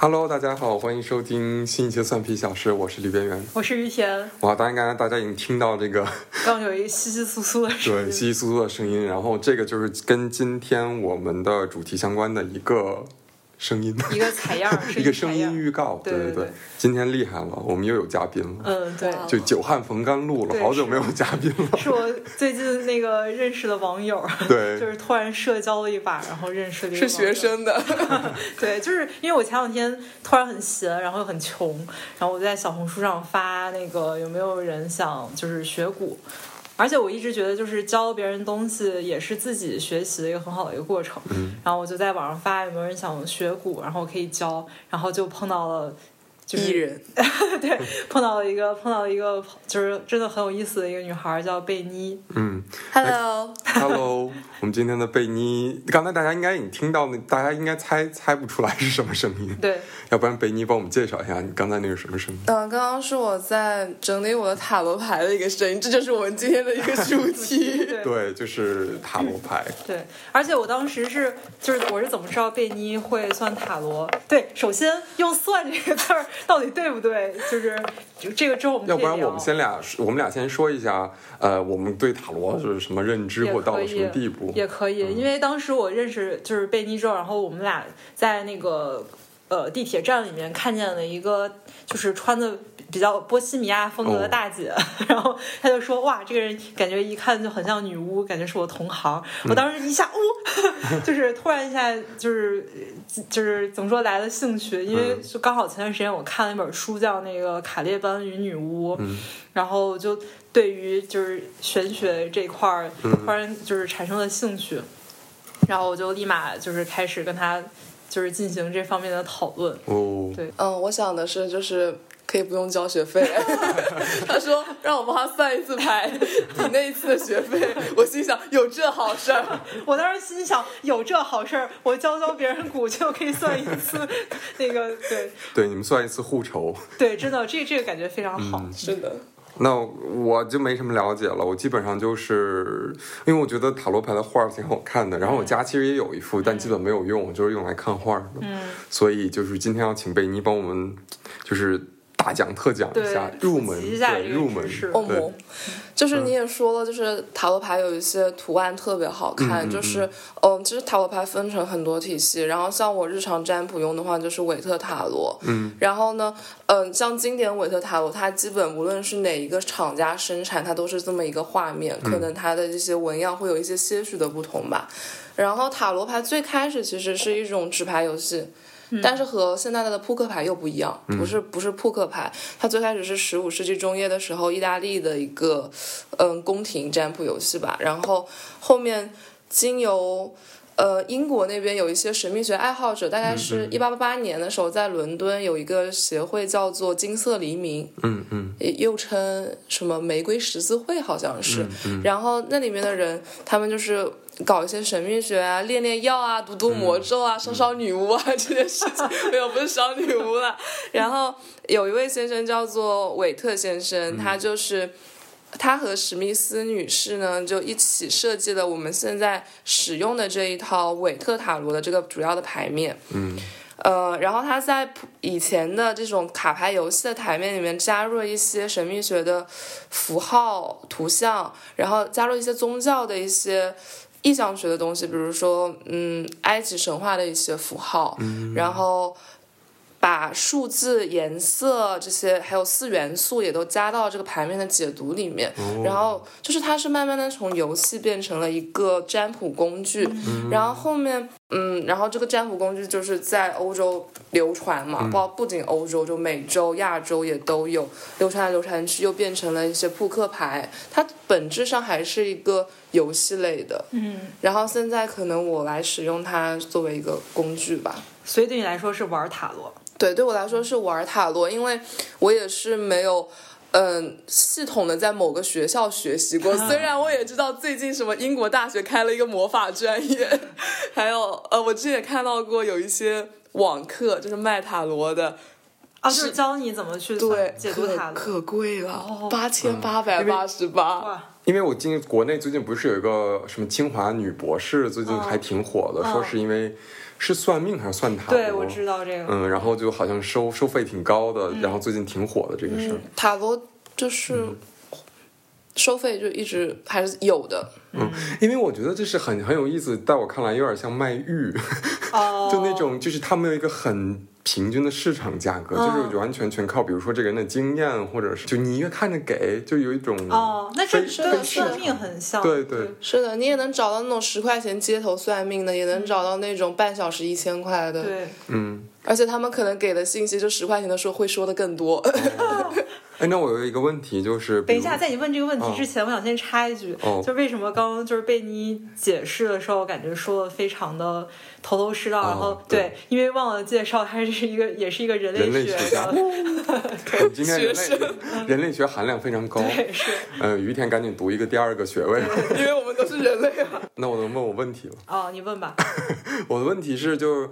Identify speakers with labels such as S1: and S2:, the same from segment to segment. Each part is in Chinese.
S1: Hello，大家好，欢迎收听新一期的蒜皮小事，我是李边缘。
S2: 我是于田，
S1: 哇，当然刚才大家已经听到 这个
S2: 刚有一稀稀簌簌的
S1: 对
S2: 声音。
S1: 稀稀簌簌的声音，然后这个就是跟今天我们的主题相关的一个声音，
S2: 一个采样
S1: ，一个声音预告。
S2: 对
S1: 对
S2: 对
S1: 对
S2: 对，
S1: 今天厉害了，我们又有嘉宾了，
S2: 嗯，对，
S3: 哇哦
S1: 就久旱逢甘露了，
S2: 对
S1: 好久没有嘉宾 了。
S2: 是我最近那个认识的网友，
S1: 对，
S2: 就是突然社交了一把，然后认识了一个
S3: 是学
S2: 网友。
S3: 生的，
S2: 对，就是因为我前两天突然很闲，然后又很穷，然后我在小红书上发那个有没有人想就是学鼓。而且我一直觉得，就是教别人东西也是自己学习的一个很好的一个过程。
S1: 嗯
S2: 然后我就在网上发有没有人想学鼓，然后我可以教，然后就碰到了就是
S3: 艺人，
S2: 碰到了一个碰到了一个就是真的很有意思的一个女孩儿叫贝妮，
S1: 嗯
S3: Hello，呃
S1: ，Hello，我们今天的贝妮，刚才大家应该已经听到那，大家应该猜猜不出来是什么声音，
S2: 对，
S1: 要不然贝妮帮我们介绍一下你刚才那个什么声音？
S3: 嗯、刚刚是我在整理我的塔罗牌的一个声音，这就是我们今天的一个主 题。
S2: 对
S1: 对，就是塔罗牌。
S2: 对，而且我当时是就是我是怎么知道贝妮会算塔罗？对，首先用“算”这个字儿到底对不对？就是就这个之后我们可以
S1: 要不然
S2: 聊
S1: 我们先俩，我们俩先说一下，呃，我们对塔罗是什么认知，
S2: 也
S1: 或到
S2: 可
S1: 了什么
S2: 以
S1: 地步？嗯
S2: 也可以，因为当时我认识就是贝妮之后，然后我们俩在那个呃地铁站里面看见了一个就是穿的比较波西米亚风
S1: 哦
S2: 格的大姐， 然后她就说哇，这个人感觉一看就很像女巫，感觉是我同行。
S1: 嗯
S2: 我当时一下呜、 就是突然一下就是就是怎么说来了兴趣，
S1: 嗯
S2: 因为就刚好前段时间我看了一本书叫那个《卡列班与女巫》，
S1: 嗯
S2: 然后就对于就是玄学这一块儿，
S1: 嗯
S2: 突然就是产生了兴趣，然后我就立马就是开始跟他就是进行这方面的讨论。
S1: 哦，
S2: 对
S3: 嗯，我想的是就是。可以不用交学费，他说让我帮他算一次牌，抵那一次的学费。我心想有这好事儿，
S2: 我当时心想，有这好事儿，我教教别人股就可以算一次 那个，对
S1: 对，你们算一次互 酬。
S2: 对，真的，这这个感觉非常
S1: 嗯
S2: 好。
S3: 是的，
S1: 那我就没什么了解了，我基本上就是因为我觉得塔罗牌的画儿挺好看的，然后我家其实也有一副，但基本没有用，我就是用来看画儿的。
S2: 嗯，
S1: 所以就是今天要请贝妮帮我们，就是大讲特讲一
S2: 对
S1: 下入门，
S2: 普及一下
S1: 对
S2: 这个
S1: 入门
S2: 知识
S3: 欧
S1: 对嗯
S3: 盟，就是你也说了，就是塔罗牌有一些图案特别好看，
S1: 嗯嗯
S3: 就是嗯，其实塔罗牌分成很多体系，然后像我日常占卜用的话，就是韦特塔罗，
S1: 嗯，
S3: 然后呢，嗯，像经典韦特塔罗，它基本无论是哪一个厂家生产，它都是这么一个画面，可
S1: 嗯
S3: 能它的这些纹样会有一些些许的不同吧。然后塔罗牌最开始其实是一种纸牌游戏，但是和现在的扑克牌又不一样，不是不是扑克牌，它最开始是十五世纪中叶的时候意大利的一个嗯宫廷占卜游戏吧，然后后面经由。呃，英国那边有一些神秘学爱好者，大概是一八八八年的时候，在伦敦有一个协会叫做金色黎明，
S1: 嗯嗯
S3: 也又称什么玫瑰十字会，好像是。然后那里面的人，他们就是搞一些神秘学啊，练练药啊，读读魔咒啊，烧烧女巫啊 这些事情。没有，不是烧女巫啦。然后有一位先生叫做韦特先生，他就是。他和史密斯女士呢，就一起设计了我们现在使用的这一套韦特塔罗的这个主要的牌面。
S1: 嗯，
S3: 呃，然后他在普以前的这种卡牌游戏的台面里面加入了一些神秘学的符号、图像，然后加入一些宗教的一些意象学的东西，比如说，嗯，埃及神话的一些符号，然后把数字、颜色这些，还有四元素也都加到这个牌面的解读里面。然后就是它是慢慢的从游戏变成了一个占卜工具，然后后面嗯，然后这个占卜工具就是在欧洲流传嘛，包不仅欧洲，就美洲、亚洲也都有流传来流传去，又变成了一些扑克牌，它本质上还是一个游戏类的。
S2: 嗯，
S3: 然后现在可能我来使用它作为一个工具吧。
S2: 所以对你来说是玩塔罗，
S3: 对，对我来说是玩塔罗，因为我也是没有。嗯，系统的在某个学校学习 过，虽然我也知道最近什么英国大学开了一个魔法专业， 还有呃，我之前也看到过有一些网课，就是卖塔罗的，
S2: 啊，就是教你怎么去
S3: 对，
S2: 解读
S3: 可
S2: 塔罗。
S3: 可贵了
S2: 哦，
S3: 八千八百八十八
S2: 哇，
S1: 因为我进国内最近不是有一个什么清华女博士，最近还挺火的，
S2: 嗯
S1: 说是因为是算命还是算塔罗？
S2: 对，我知道嗯这个。
S1: 嗯，然后就好像收收费挺高的，然后最近挺火的这个事
S2: 嗯
S1: 儿。
S3: 塔罗就是收费就一直还是有的，
S1: 嗯，因为我觉得这是很很有意思，在我看来有点像卖玉，
S2: 哦，
S1: 就那种就是他们有一个很。平均的市场价格
S2: 嗯
S1: 就是完全全靠，比如说这个人的经验，或者是就你越看着给，就有一种
S2: 哦，那这
S1: 非
S2: 这
S1: 非
S2: 跟
S1: 市场
S2: 算命啊很像。
S1: 对对，
S3: 是的，你也能找到那种十块钱街头算命的，也能找到那种半小时一千块的，
S2: 对，
S1: 嗯，
S3: 而且他们可能给的信息就十块钱的时候会说的更多。
S1: 哎，那我有一个问题就是，比
S2: 等
S1: 如
S2: 一下，在你问这个问题
S1: 哦
S2: 之前，我想先插一句，
S1: 哦
S2: 就为什么刚刚就是被你解释的时候，感觉说的非常的头头是道，然后
S1: 哦对
S2: 对，因为忘了介绍，他是一个也是一个人
S1: 人类
S2: 学
S1: 学家
S2: 的，
S1: 我们今天人
S3: 学
S1: 类 人类学含量非常高。
S2: 对是
S1: 呃，于田赶紧读一个第二个学位。
S3: 因为我们都是人类啊。
S1: 那我能问我问题了？
S2: 哦，你问吧，
S1: 我的问题是就。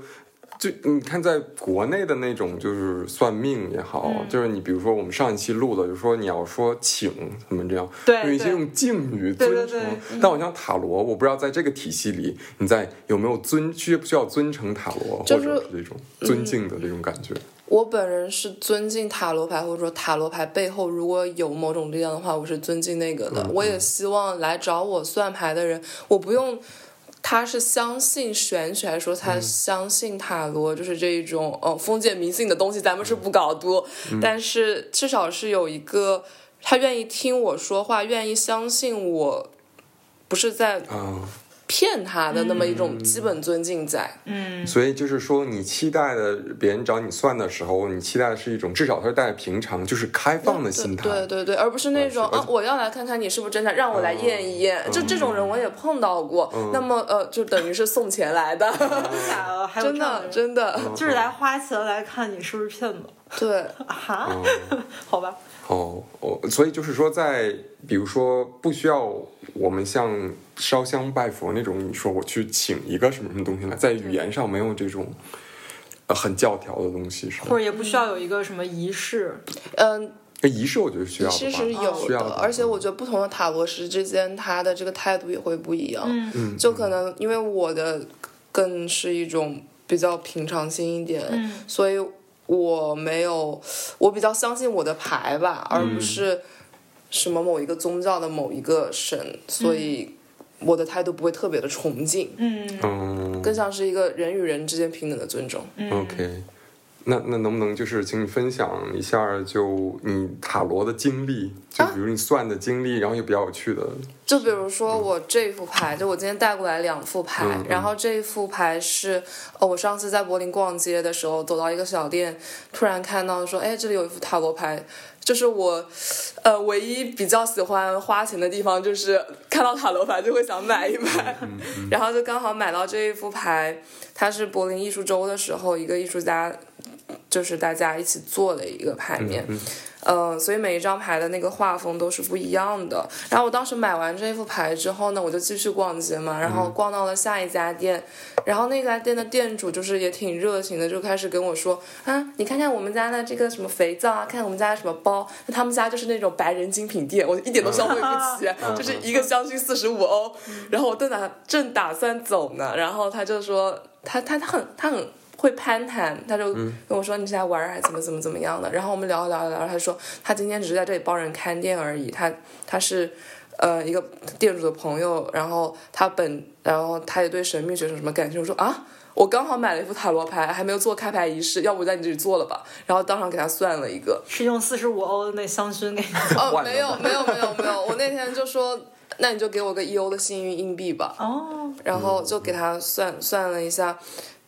S1: 就你看，在国内的那种就是算命也好，
S2: 嗯
S1: 就是你比如说我们上一期录的，就说你要说请怎么这样，
S2: 对
S1: 有一些
S2: 对
S1: 用敬语
S2: 对
S1: 尊
S2: 对
S1: 称
S2: 对。嗯
S1: 但我像塔罗，我不知道在这个体系里，你在有没有尊需不需要尊称塔罗，
S3: 就
S1: 或者
S3: 是
S1: 是这种尊敬的这种感觉？
S3: 我本人是尊敬塔罗牌，或者说塔罗牌背后如果有某种力量的话，我是尊敬那个的。我也希望来找我算牌的人，我不用他是相信玄学，还是说他相信塔罗，就是这一种呃封建迷信的东西，咱们是不搞多，但是至少是有一个他愿意听我说话，愿意相信我，不是在
S1: 啊，
S3: 骗他的那么一种基本尊敬在。
S2: 嗯，
S1: 所以就是说，你期待的别人找你算的时候，你期待的是一种至少他是带着平常，就是开放的心态。
S3: 呃对对对，而不是那种
S1: 是而
S3: 啊，我要来看看你是不是真的，让我来验一验。就这种人我也碰到过，那么呃，就等于是送钱来的，
S2: 真假的，哦还有
S3: 真
S2: 这样
S3: 的
S2: 人
S3: 真的，
S1: 哦
S2: 就是来花钱来看你是不是骗子
S3: 对，
S2: 啊哈， 好吧，
S1: 哦，哦，所以就是说在，比如说不需要我们像烧香拜佛那种，你说我去请一个什么什么东西来，在语言上没有这种呃很教条的东西，是吗
S2: 或者？也不需要有一个什么仪式，
S3: 嗯，
S1: 那哎仪式我觉得需要
S3: 其
S1: 的
S3: 实
S1: 吧，
S3: 有
S1: 需要
S3: 的
S1: 的，嗯
S3: 而且我觉得不同的塔罗师之间，他的这个态度也会不一样。
S2: 嗯
S3: 就可能因为我的更是一种比较平常心一点，
S2: 嗯
S3: 所以我没有，我比较相信我的牌吧，而
S1: 嗯
S3: 不是什么某一个宗教的某一个神，所以我的态度不会特别的崇敬，
S2: 嗯
S1: 嗯
S3: 更像是一个人与人之间平等的尊重。
S1: ，OK。那那能不能就是请你分享一下，就你塔罗的经历，就
S3: 啊
S1: 比如你算的经历，然后也比较有趣的，
S3: 就比如说我这副牌，就我今天带过来两副牌，
S1: 嗯嗯嗯
S3: 然后这一副牌是，哦，我上次在柏林逛街的时候，走到一个小店，突然看到说，哎，这里有一副塔罗牌，就是我，呃，唯一比较喜欢花钱的地方，就是看到塔罗牌就会想买一买，
S1: 嗯
S3: 然后就刚好买到这一副牌，它是柏林艺术周的时候，一个艺术家，就是大家一起做的一个牌
S1: 嗯
S3: 面，呃，所以每一张牌的那个画风都是不一样的。然后我当时买完这副牌之后呢，我就继续逛街嘛，然后逛到了下一家店，然后那家店的店主就是也挺热情的，就开始跟我说啊，你看看我们家的这个什么肥皂啊，看我们家的什么包，那他们家就是那种白人精品店，我一点都消费不起，就是一个香薰四十五欧。然后我正打正打算走呢，然后他就说他他他很他很。会攀谈，他就跟我说你是来玩儿还是啊怎么怎么怎么样的，然后我们聊一聊一聊，他说他今天只是在这里帮人看店而已，他他是呃一个店主的朋友，然后他本然后他也对神秘学什么什么感兴趣，我说啊。我刚好买了一副塔罗牌，还没有做开牌仪式，要不在你这里做了吧？然后当场给他算了一个，
S2: 是用四十五欧的那香薰给你，
S3: 哦，
S1: 换
S3: 没有没有没有没有，我那天就说，那你就给我个一欧的幸运硬币吧。
S2: 哦，
S3: 然后就给他算算了一下，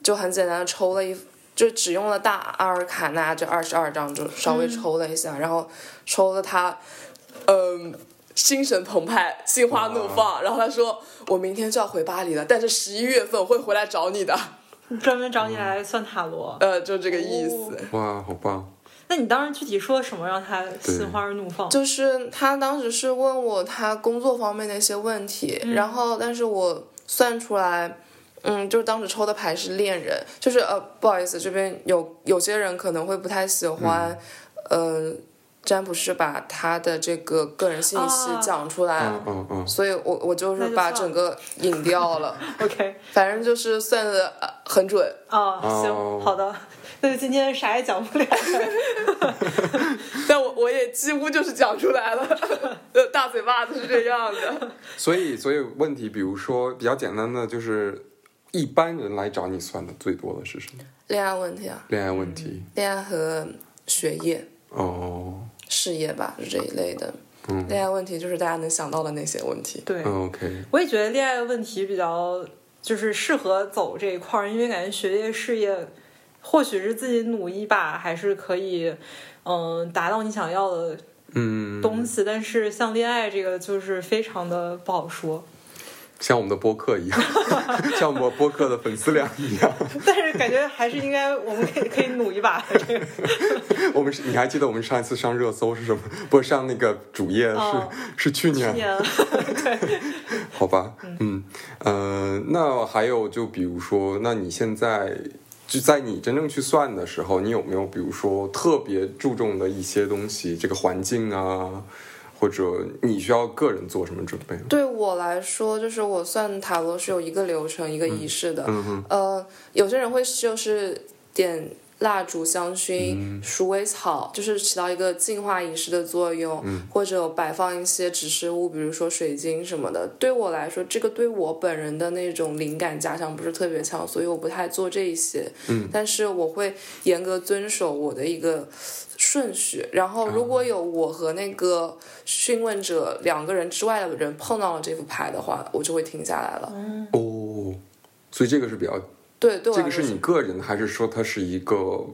S3: 就很简单的抽了一，就只用了大阿尔卡纳这二十二张，就稍微抽了一下，然后抽了他，嗯、心神澎湃，心花怒放。然后他说：“我明天就要回巴黎了，但是十一月份我会回来找你的。
S2: 专门找你
S1: 嗯
S2: 来算塔罗”，
S3: 呃，就这个意思。
S2: 哦
S1: 哇，好棒！
S2: 那你当时具体说什么让他心花怒放？
S3: 就是他当时是问我他工作方面的一些问题，然后但是我算出来，嗯，就是当时抽的牌是恋人，就是呃，不好意思，这边有有些人可能会不太喜欢，呃，占卜师把他的这个个人信息
S2: 啊
S3: 讲出来，
S1: 嗯嗯嗯，
S3: 所以我我哦就是
S2: 那就
S3: 把
S2: 算
S3: 整个引掉 了，
S2: OK，
S3: 反正就是算的很准。
S2: 哦，
S1: 哦
S2: 行，好的，那就今天啥也讲不了。
S3: 但我我也几乎就是讲出来了， 呃大嘴巴子是这样的。
S1: 所以所以问题，比如说比较简单的，就是一般人来找你算的最多的是什么？
S3: 恋爱问题啊，
S1: 恋爱问题。
S3: 恋爱和学业、
S1: 哦
S3: 事业吧，是这一类的。
S1: 嗯
S3: 恋爱问题就是大家能想到的那些问题。
S2: 对，
S1: 嗯，OK，
S2: 我也觉得恋爱问题比较就是适合走这一块儿，因为感觉学业事业，或许是自己努一把，还是可以，嗯、达到你想要的
S1: 嗯，
S2: 东西。但是像恋爱这个，就是非常的不好说。
S1: 像我们的播客一样，像我播客的粉丝量一样。
S2: 但是感觉还是应该，我们可以可以努一把。这个
S1: 我们是你还记得我们上一次上热搜是什么？不是上那个主页是、
S2: 哦
S1: 是去年，
S2: 年，
S1: 好吧？嗯，呃，那还有就比如说，那你现在就在你真正去算的时候，你有没有比如说特别注重的一些东西，这个环境啊，或者你需要个人做什么准备吗？
S3: 对我来说，就是我算塔罗是有一个流程、一个仪式的。
S1: 嗯哼，
S3: 呃，有些人会就是点蜡烛、香
S1: 嗯
S3: 薰、鼠尾草，就是起到一个净化仪式的作用，
S1: 嗯
S3: 或者有摆放一些指示物，比如说水晶什么的。对我来说，这个对我本人的那种灵感加强不是特别强，所以我不太做这一些。嗯，但是我会严格遵守我的一个。顺序，然后如
S1: 哦
S3: 果有我和那个询问者两个人之外的人碰到了这副牌的话，我就会停下来了。
S1: 哦，所以这个是比较，
S3: 对，对我
S1: 这
S3: 来
S1: 个
S3: 说
S1: 是你个人，还是说它是一个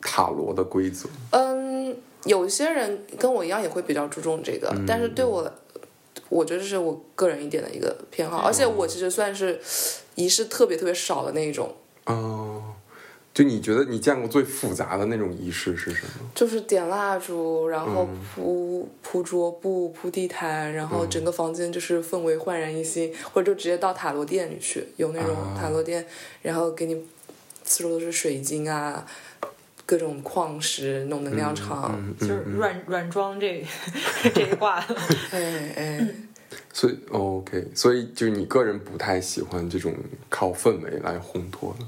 S1: 塔罗的规则？
S3: 嗯，有些人跟我一样也会比较注重这个，
S1: 嗯
S3: 但是对我，我觉得这是我个人一点的一个偏
S1: 嗯
S3: 好，而且我其实算是仪式特别特别少的那一种，
S1: 哦，就你觉得你见过最复杂的那种仪式是什么？
S3: 就是点蜡烛，然后
S1: 嗯
S3: 铺、铺桌布、铺地毯，然后整个房间就是氛围焕然一新，或者就直接到塔罗店里去，有那种
S1: 啊
S3: 塔罗店，然后给你四周都是水晶啊，各种矿石、那种能量场，
S1: 嗯
S2: 就是
S1: 嗯，
S2: 软软装这这一 挂。
S3: 哎哎，
S1: 所以哦 OK，所以就是你个人不太喜欢这种靠氛围来烘托的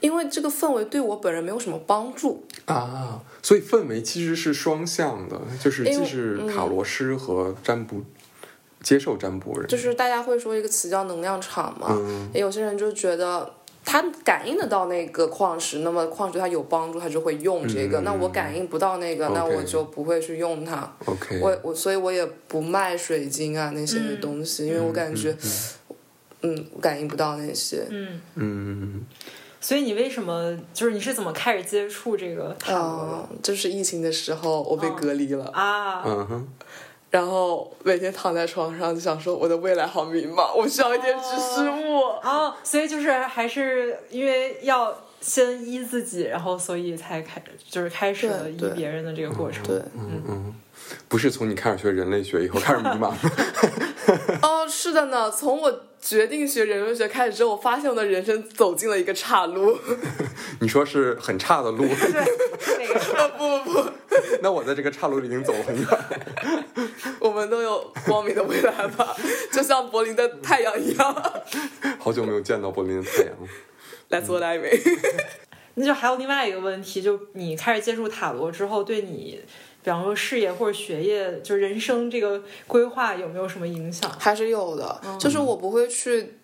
S3: 因为这个氛围对我本人没有什么帮助。
S1: 啊。所以氛围其实是双向的，就是
S3: 因为嗯
S1: 既是塔罗师和占卜、接受占卜人，
S3: 就是大家会说一个词叫能量场嘛，
S1: 嗯
S3: 有些人就觉得他感应得到那个矿石，那么矿石它有帮助，他就会用这个。
S1: 嗯
S3: 那我感应不到那个，
S1: OK
S3: 那我就不会去用它。
S1: OK，
S3: 我我所以我也不卖水晶啊那些
S2: 嗯
S3: 的东西，因为我感觉，嗯我感应不到那些。
S2: 嗯，
S1: 嗯，
S2: 所以你为什么就是你是怎么开始接触这个塔罗的？
S3: 嗯，就是疫情的时候，我被
S2: 哦
S3: 隔离了，
S2: 啊，
S1: 嗯哼，
S3: 然后每天躺在床上就想说，我的未来好迷茫，我需要一点指示物。
S2: 哦，所以就是还是因为要先依自己，然后所以才开就是开始了
S3: 对
S2: 依
S3: 对
S2: 别人的这个过程。
S3: 对，
S1: 嗯嗯，不是从你开始学人类学以后开始迷茫的，
S3: 哦，是的呢。从我决定学人类学开始之后，我发现我的人生走进了一个岔路。
S1: 你说是很差的路，
S2: 对，哪个差
S3: 不不不，
S1: 那我在这个岔路里已经走了很远了。
S3: 我们都有光明的未来吧，就像柏林的太阳一样。
S1: 好久没有见到柏林的太阳了。
S3: 来自我来美。
S2: 那就还有另外一个问题，就你开始接触塔罗之后，对你，比方说事业或者学业，就人生这个规划有没有什么影响？
S3: 还是有的，就是我不会去。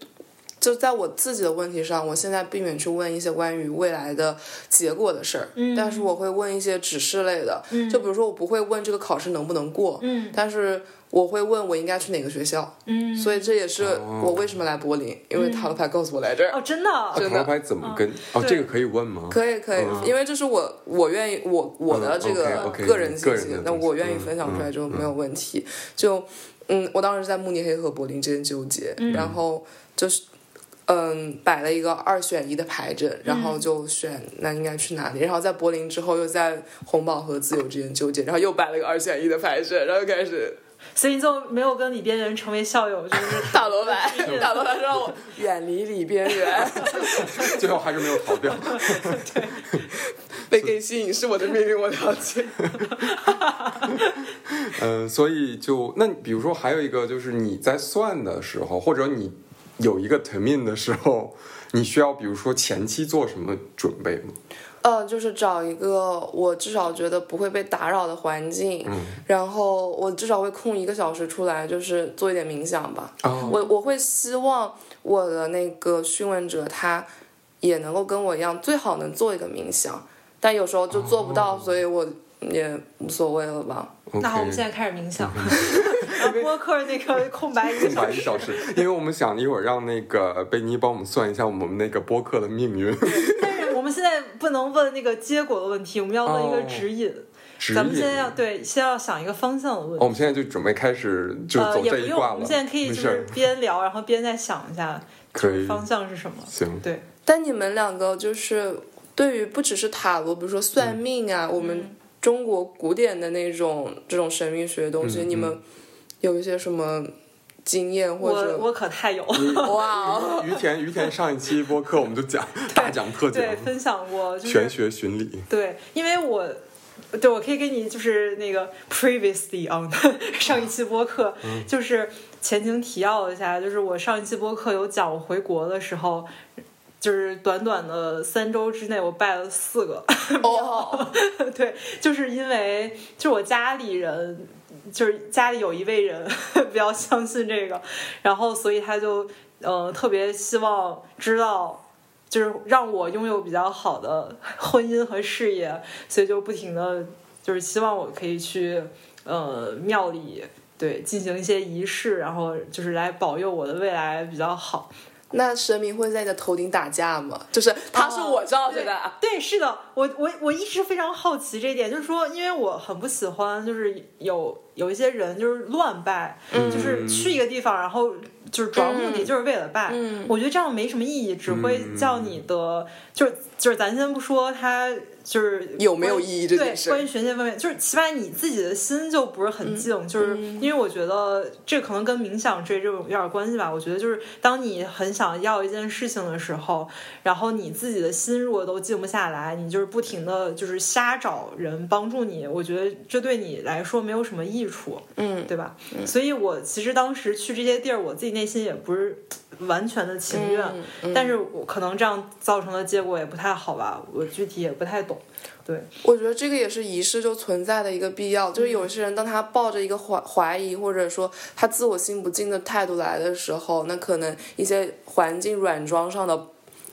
S3: 就在我自己的问题上，我现在避免去问一些关于未来的结果的事儿，
S2: 嗯
S3: 但是我会问一些指示类的，
S2: 嗯
S3: 就比如说我不会问这个考试能不能过，
S2: 嗯
S3: 但是我会问我应该去哪个学校，
S2: 嗯，
S3: 所以这也是我为什么来柏林，因为塔罗牌告诉我来这儿。
S2: 哦，真的，
S3: 对
S1: 塔罗牌怎么跟？哦，
S2: 对
S1: 这个可以问吗？
S3: 嗯可以可以，因为这是我我愿意我我的
S1: 啊嗯
S3: 这个
S1: OK，OK，
S3: 个人
S1: 你
S3: 信
S1: 个人
S3: 息
S1: 的，
S3: 那
S1: 东西
S3: 我愿意
S1: 嗯
S3: 分享出来
S1: 嗯
S3: 就没有问题。就嗯，我当时在慕尼黑和柏林之间纠结，然后就是嗯摆了一个二选一的牌阵，然后就选那应该去哪里。然后在柏林之后又在红堡和自由之间纠结，然后又摆了一个二选一的牌阵，然后又开 始
S2: 所以你就没有跟李边缘成为校友，就是
S3: 塔罗牌，塔罗牌让我 远离里边缘。
S1: 最后还是没有逃掉。
S3: 被 gay 吸引是我的命运，我了解。
S1: 嗯，所以就那比如说还有一个就是你在算的时候，或者你有一个 termin 的时候，你需要比如说前期做什么准备吗？
S3: 嗯，就是找一个我至少觉得不会被打扰的环境，然后我至少会空一个小时出来，就是做一点冥想吧。
S1: 哦
S3: 我我会希望我的那个询问者他也能够跟我一样，最好能做一个冥想，但有时候就做不到，所以我也无所谓了吧。
S1: o k
S2: 那好，我们现在开始冥想，
S1: 嗯
S2: 然后播客那个空白一个
S1: 空
S2: 小
S1: 白一
S2: 时。
S1: 小时，因为我们想一会儿让那个贝妮帮我们算一下我们那个播客的命 运。
S2: 但是我们现在不能问那个结果的问题，我们要问一个指引。
S1: 哦指
S2: 咱们
S1: 引
S2: 现在要对，先要想一个方向的问
S1: 哦，
S2: 题。
S1: 我们现在就准备开始就
S2: 呃，
S1: 走
S2: 也不
S1: 这一
S2: 用，
S1: 卦
S2: 我
S1: 了。
S2: 们现在可
S1: 没
S2: 以就
S1: 事
S2: 是
S1: 儿，
S2: 边聊，然后边再想一下
S1: 可以
S2: 方向是什么。
S1: 行，
S2: 对，
S3: 但你们两个就是对于不只是塔罗，比如说算命啊，
S1: 嗯
S3: 我们中国古典的那种这种神秘学的东西，
S1: 嗯嗯
S3: 你们有一些什么经验或
S2: 我
S3: 者？
S2: 我可太有，
S3: 哇哦！
S1: 于田于田上一期播客我们就 讲大讲特讲
S2: 对，分享过，就是
S1: 玄学巡礼，
S2: 对，因为我对我可以给你就是那个 previously on 上一期播客，就是前情提要一下，就是我上一期播客有讲我回国的时候。就是短短的三周之内，我拜了四个。
S3: 哦，
S2: 对，就是因为就是我家里人，就是家里有一位人 比较相信这个，然后所以他就呃特别希望知道。就是让我拥有比较好的婚姻和事业，所以就不停的，就是希望我可以去呃庙里对进行一些仪式，然后就是来保佑我的未来比较好。
S3: 那神明会在你的头顶打架吗？就是他是我罩着的，
S2: 对，是的，我我我一直非常好奇这一点，就是说，因为我很不喜欢，就是有有一些人就是乱拜，就是去一个地方，然后就是主要目的就是为了拜，
S3: 嗯
S2: 我觉得这样没什么意义，只会叫你的，就是就是咱先不说他就是
S3: 有没有
S2: 关于
S3: 意义这件
S2: 对，
S3: 事
S2: 关于玄学方面，就是起码你自己的心就不是很静，
S3: 嗯
S2: 就是因为我觉得这可能跟冥想这这种有点关系吧。我觉得就是当你很想要一件事情的时候，然后你自己的心如果都静不下来，你就是不停的就是瞎找人帮助你，我觉得这对你来说没有什么益处，
S3: 嗯，
S2: 对吧？所以我其实当时去这些地儿，我自己内心也不是完全的情愿，
S3: 嗯嗯
S2: 但是我可能这样造成的结果也不太好吧，我具体也不太懂。对，
S3: 我觉得这个也是仪式就存在的一个必要，就是
S2: 嗯
S3: 有些人当他抱着一个怀怀疑或者说他自我心不静的态度来的时候，那可能一些环境软装上的。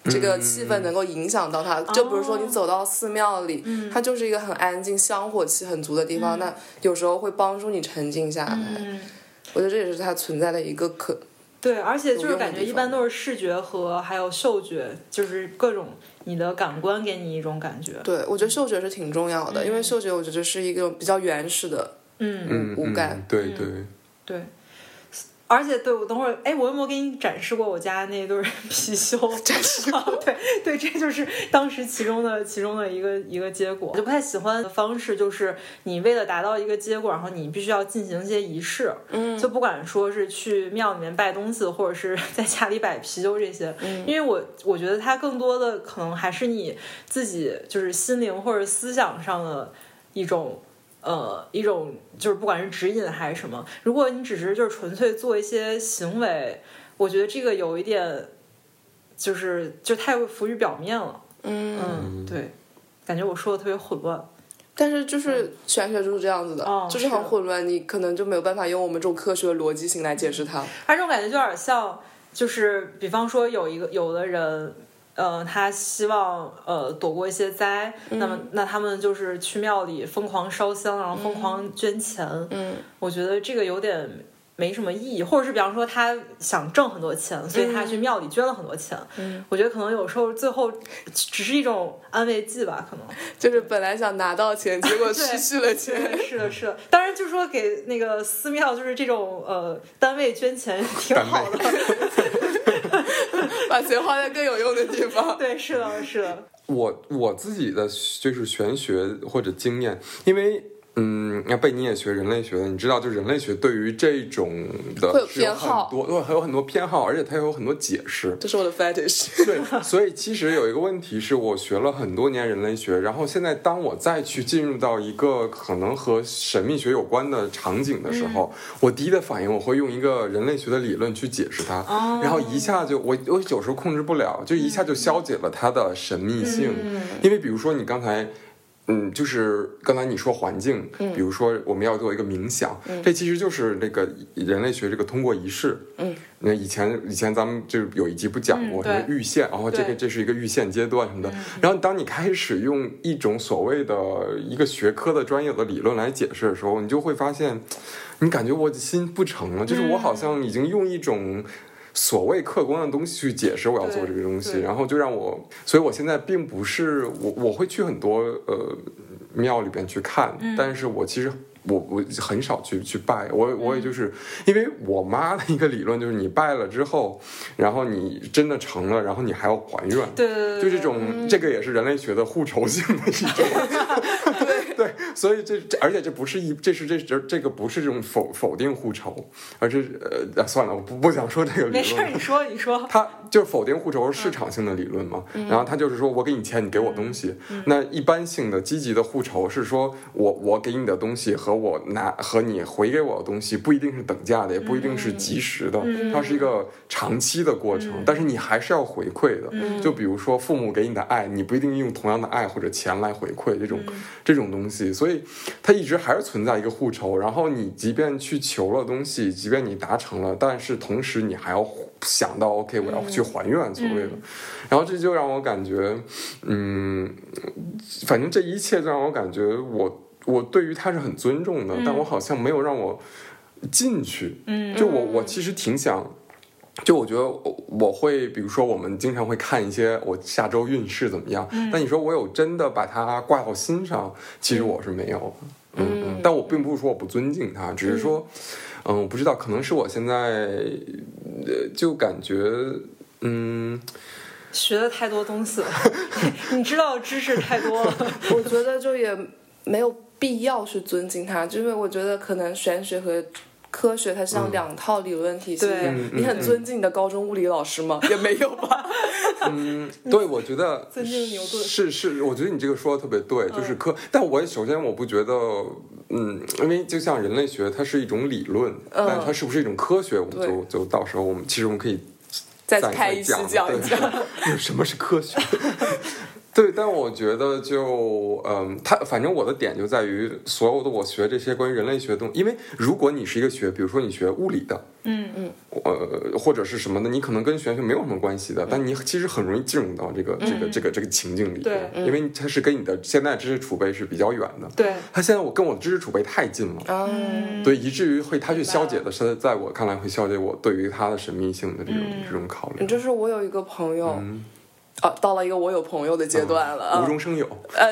S3: 这
S2: 嗯
S3: 个气氛能够影响到他，就比如说
S2: 哦
S3: 你走到寺庙里，
S2: 嗯
S3: 它就是一个很安静、香火气很足的地方，那有时候会帮助你沉静下来。
S2: 嗯。
S3: 我觉得这也是它存在的一个可
S2: 对，而且就
S3: 有
S2: 是
S3: 用的
S2: 感觉
S3: 地
S2: 一
S3: 方
S2: 般都是视觉和还有嗅觉，就是各种你的感官给你一种感觉。
S3: 对，我觉得嗅觉是挺重要的，因为嗅觉我觉得是一个比较原始的
S2: 嗯，
S1: 嗯，
S3: 无感
S1: 嗯对对，
S2: 对。而且对我等会儿，哎，我有没有给你展示过我家那对儿貔貅？ 展示过，对对，这就是当时其中的其中的一个一个结果。我就不太喜欢的方式，就是你为了达到一个结果，然后你必须要进行一些仪式，嗯，就不管说是去庙里面拜东西，或者是在家里摆貔貅这些，因为我我觉得它更多的可能还是你自己就是心灵或者思想上的一种呃一种就是不管是指引还是什么，如果你只是就是纯粹做一些行为，我觉得这个有一点就是就太浮于表面了。嗯对，感觉我说的特别混乱。
S3: 但是就是玄学就是这样子的，
S2: 哦
S3: 嗯就是很
S2: 是
S3: 混乱，你可能就没有办法用我们这种科学的逻辑性来解释它。
S2: 他这种感觉就有点像，就是比方说有一个有的人，呃，他希望呃躲过一些灾，
S3: 嗯
S2: 那么那他们就是去庙里疯狂烧香，然后疯狂捐钱。
S3: 嗯，
S2: 我觉得这个有点。没什么意义，或者是比方说他想挣很多钱，所以他去庙里捐了很多钱。
S3: 嗯
S2: 我觉得可能有时候最后只是一种安慰剂吧，可能。
S3: 就是本来想拿到钱，结果失去了钱。
S2: 对，是的，是的。当然，就是说给那个寺庙，就是这种呃单位捐钱挺
S1: 单位
S2: 好的。
S3: 把钱花在更有用的地 方。
S2: 对，是 的，是的。
S1: 我我自己的就是玄学或者经验，因为嗯，那贝你也学人类学的，你知道，就人类学对于这种的
S3: 会有
S1: 是有
S3: 偏好
S1: 很多，对，还有很多偏好，而且它有很多解释。
S3: 这是我的 fetish。
S1: 对，所以其实有一个问题是我学了很多年人类学，然后现在当我再去进入到一个可能和神秘学有关的场景的时
S2: 嗯
S1: 候，我第一的反应我会用一个人类学的理论去解释它，
S2: 哦
S1: 然后一下就我我有时候控制不了，就一下就消解了它的神秘性，
S2: 嗯
S1: 因为比如说你刚才。嗯，就是刚才你说环境，
S2: 嗯
S1: 比如说我们要做一个冥想，这其实就是那个人类学这个通过仪式。嗯，那以前以前咱们就有一集不讲过
S2: 嗯
S1: 什么
S2: 对
S1: 预线，然后这个
S2: 对嗯
S1: 这是一个预线阶段什么的。然后当你开始用一种所谓的一个学科的专有的理论来解释的时候，你就会发现，你感觉我的心不成了，就是我
S2: 嗯
S1: 好像已经用一种。所谓客观的东西去解释我要做这个东西，
S2: 对对
S1: 然后就让我，所以我现在并不是我我会去很多呃庙里边去看，
S2: 嗯
S1: 但是我其实我我很少去去拜，我我也就是、
S2: 嗯
S1: 因为我妈的一个理论就是你拜了之后，然后你真的成了，然后你还要还愿，
S2: 对对对，
S1: 就
S2: 嗯对
S1: 这种、这个也是人类学的互酬性的一 种。对，所以这这，而且这不是一，这是这这这个不是这种否否定互酬，而是呃、啊算了，我不不想说这个理
S2: 没事
S1: 论
S2: 儿，
S1: 了。
S2: 你说你说，
S1: 他就是否定互酬是市场性的理论嘛，然后他就是说我给你钱，你给我东西。那一般性的积极的互酬是说我我给你的东西和我拿和你回给我的东西不一定是等价的，也不一定是及时的，它是一个长期的过程，但是你还是要回馈的。就比如说父母给你的爱，你不一定用同样的爱或者钱来回馈这种这种东西，所以它一直还是存在一个互酬。然后你即便去求了东西，即便你达成了，但是同时你还要想到 OK，我要去还愿所谓的。然后这就让我感觉，嗯，反正这一切就让我感觉我我对于他是很尊重的，但我好像没有让我进去。
S2: 嗯，
S1: 就我我其实挺想。就我觉得我我会，比如说我们经常会看一些我下周运势怎么样，
S2: 嗯
S1: 但你说我有真的把它挂到心上，其实我是没有的，嗯嗯，但我并不是说我不尊敬它，只是说，嗯，我不知道，可能是我现在，呃，就感觉，嗯，
S2: 学的太多东 西了，你知道的知识太多了。
S3: 我觉得就也没有必要去尊敬它，就因为我觉得可能玄学和。科学它像两套理论体系一样，
S2: 嗯
S3: 你很尊敬你的高中物理老师吗？也没有吧。
S1: 对，我觉得
S2: 尊敬牛顿嗯
S1: 是是，我觉得你这个说的特别对，就是科。但我也首先我不觉得，嗯，因为就像人类学，它是一种理论，
S2: 嗯
S1: 但它是不是一种科学，我们就就到时候我们其实我们可以
S3: 再
S1: 再
S3: 开一期
S1: 再
S3: 讲
S1: 对
S3: 一讲。
S1: 有什么是科学。对，但我觉得就嗯，他反正我的点就在于，所有的我学这些关于人类学的东西，因为如果你是一个学，比如说你学物理的，
S2: 嗯嗯，
S1: 呃，或者是什么的，你可能跟玄学没有什么关系
S3: 嗯
S1: 的，但你其实很容易进入到这个、这个这个这个情境里
S2: 对
S1: 边，
S3: 嗯
S1: 因为它是跟你的现在知识储备是比较远的。
S2: 对，
S1: 它现在我跟我的知识储备太近了，
S3: 嗯，
S1: 对，以至于会它去消解的是，在我看来会消解我对于它的神秘性的这种、
S3: 嗯
S1: 这种考虑，
S3: 就是我有一个朋友，啊，到了一个我有朋友的阶段了。啊
S1: 嗯无中生有。
S3: 呃，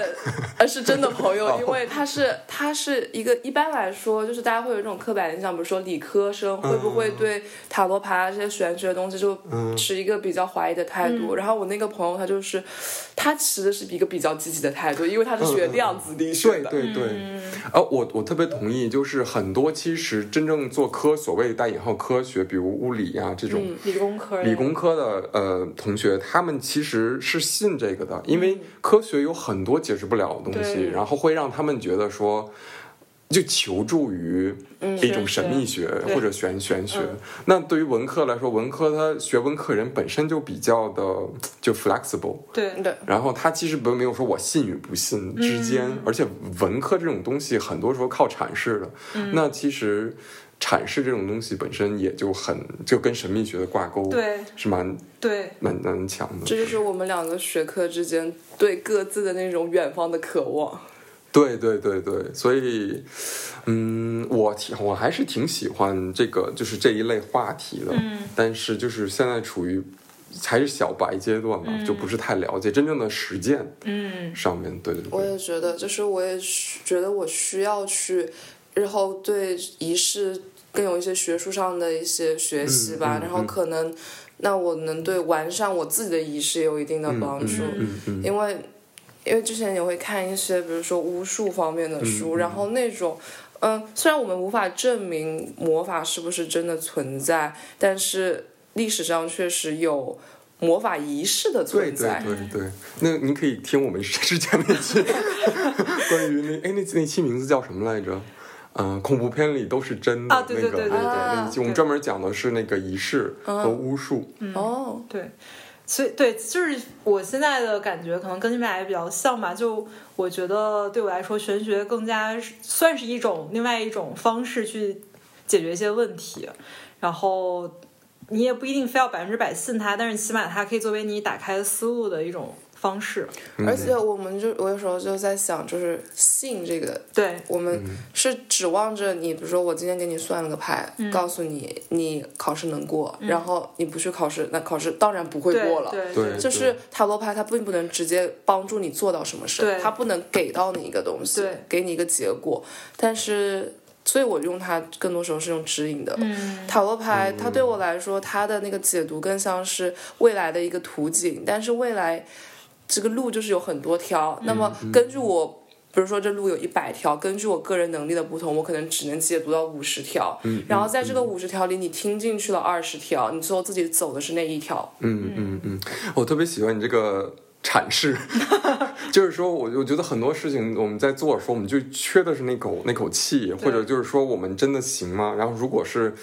S3: 呃，是真的朋
S1: 哦
S3: 友，因为他是他是一个一般来说，就是大家会有一种刻板印象，比如说理科生
S1: 嗯
S3: 会不会对塔罗牌这些玄学的东西就
S1: 嗯
S3: 持一个比较怀疑的态
S2: 嗯
S3: 度。然后我那个朋友他就是他持的是一个比较积极的态度，因为
S1: 嗯
S3: 他是学量子力学
S1: 对
S3: 的。
S1: 对对，
S2: 嗯
S1: 呃，我我特别同意，就是很多其实真正做科所谓带引号科学，比如物理啊这种。
S2: 理工科，
S1: 理工科的呃同学，他们其实是信这个的，因为科学有很多解释不了的东西，
S2: 嗯对
S1: 然后会让他们觉得说，就求助于一种神秘学
S2: 嗯对嗯
S1: 或者玄玄学。那对于文科来说，文科他学文科人本身就比较的就 flexible，
S2: 对
S3: 对，
S1: 然后他其实不没有说我信与不信之间，
S3: 嗯
S1: 而且文科这种东西很多时候靠阐释的，
S3: 嗯
S1: 那其实阐释这种东西本身也就很就跟神秘学的挂钩，
S2: 对
S1: 是蛮
S2: 对，
S1: 蛮蛮强的。
S3: 这就是我们两个学科之间对各自的那种远方的渴望。
S1: 对对对对，所以，嗯，我挺我还是挺喜欢这个就是这一类话题的，
S2: 嗯
S1: 但是就是现在处于还是小白阶段吧，
S3: 嗯
S1: 就不是太了解真正的实践
S2: 嗯
S1: 上面，对对对，
S3: 我也觉得，就是我也需觉得我需要去日后对仪式更有一些学术上的一些学习
S1: 嗯
S3: 吧，
S1: 嗯
S3: 然后可能那我能对完善我自己的仪式也有一定的帮助，
S1: 嗯嗯嗯。
S3: 因为。因为之前也会看一些，比如说巫术方面
S1: 嗯
S3: 的书，然后那种，嗯，虽然我们无法证明魔法是不是真的存在，但是历史上确实有魔法仪式的
S1: 对对
S3: 存在。
S1: 对对，那您可以听我们之前那期 关于那哎那那期名字叫什么来着？嗯、恐怖片里都是真的、
S2: 啊对
S1: 那
S2: 对
S1: 个，
S2: 对对
S1: 对
S2: 对
S1: 那一期我们
S2: 对嗯
S1: 专门讲的是那个仪式和巫术，
S3: 哦，
S2: 对，所以对，就是我现在的感觉可能跟你们俩也比较像吧。就我觉得对我来说，玄学更加是算是一种另外一种方式去解决一些问题，然后。你也不一定非要百分之百信它，但是起码它可以作为你打开思路的一种方式。
S1: 嗯
S3: 而且我们就我有时候就在想，就是信这个
S2: 对，
S3: 我们
S1: 嗯
S3: 是指望着你，比如说我今天给你算了个牌，
S2: 嗯
S3: 告诉你你考试能过，然后你不去考试，那考试当然不会
S2: 对
S3: 过了。
S2: 嗯对
S1: 对
S3: 就是塔罗牌，它并不能直接帮助你做到什么事
S2: 对，
S3: 它不能给到你一个东西
S2: 对，
S3: 给你一个结果。但是，所以我用它更多时候是用指引的。
S2: 嗯，
S3: 塔罗牌，它对我来说，它的那个解读更像是未来的一个途径，但是未来这个路就是有很多条。那么
S1: 嗯
S3: 根据我，比如说这路有一百条，根据我个人能力的不同，我可能只能解读到五十条。
S1: 嗯
S3: 然后在这个五十条里，你听进去了二十条，你最后自己走的是那一条。
S1: 嗯嗯嗯，我特别喜欢你这个阐释，就是说我我觉得很多事情我们在做的时候，我们就缺的是那口那口气，或者就是说我们真的行吗？然后如果是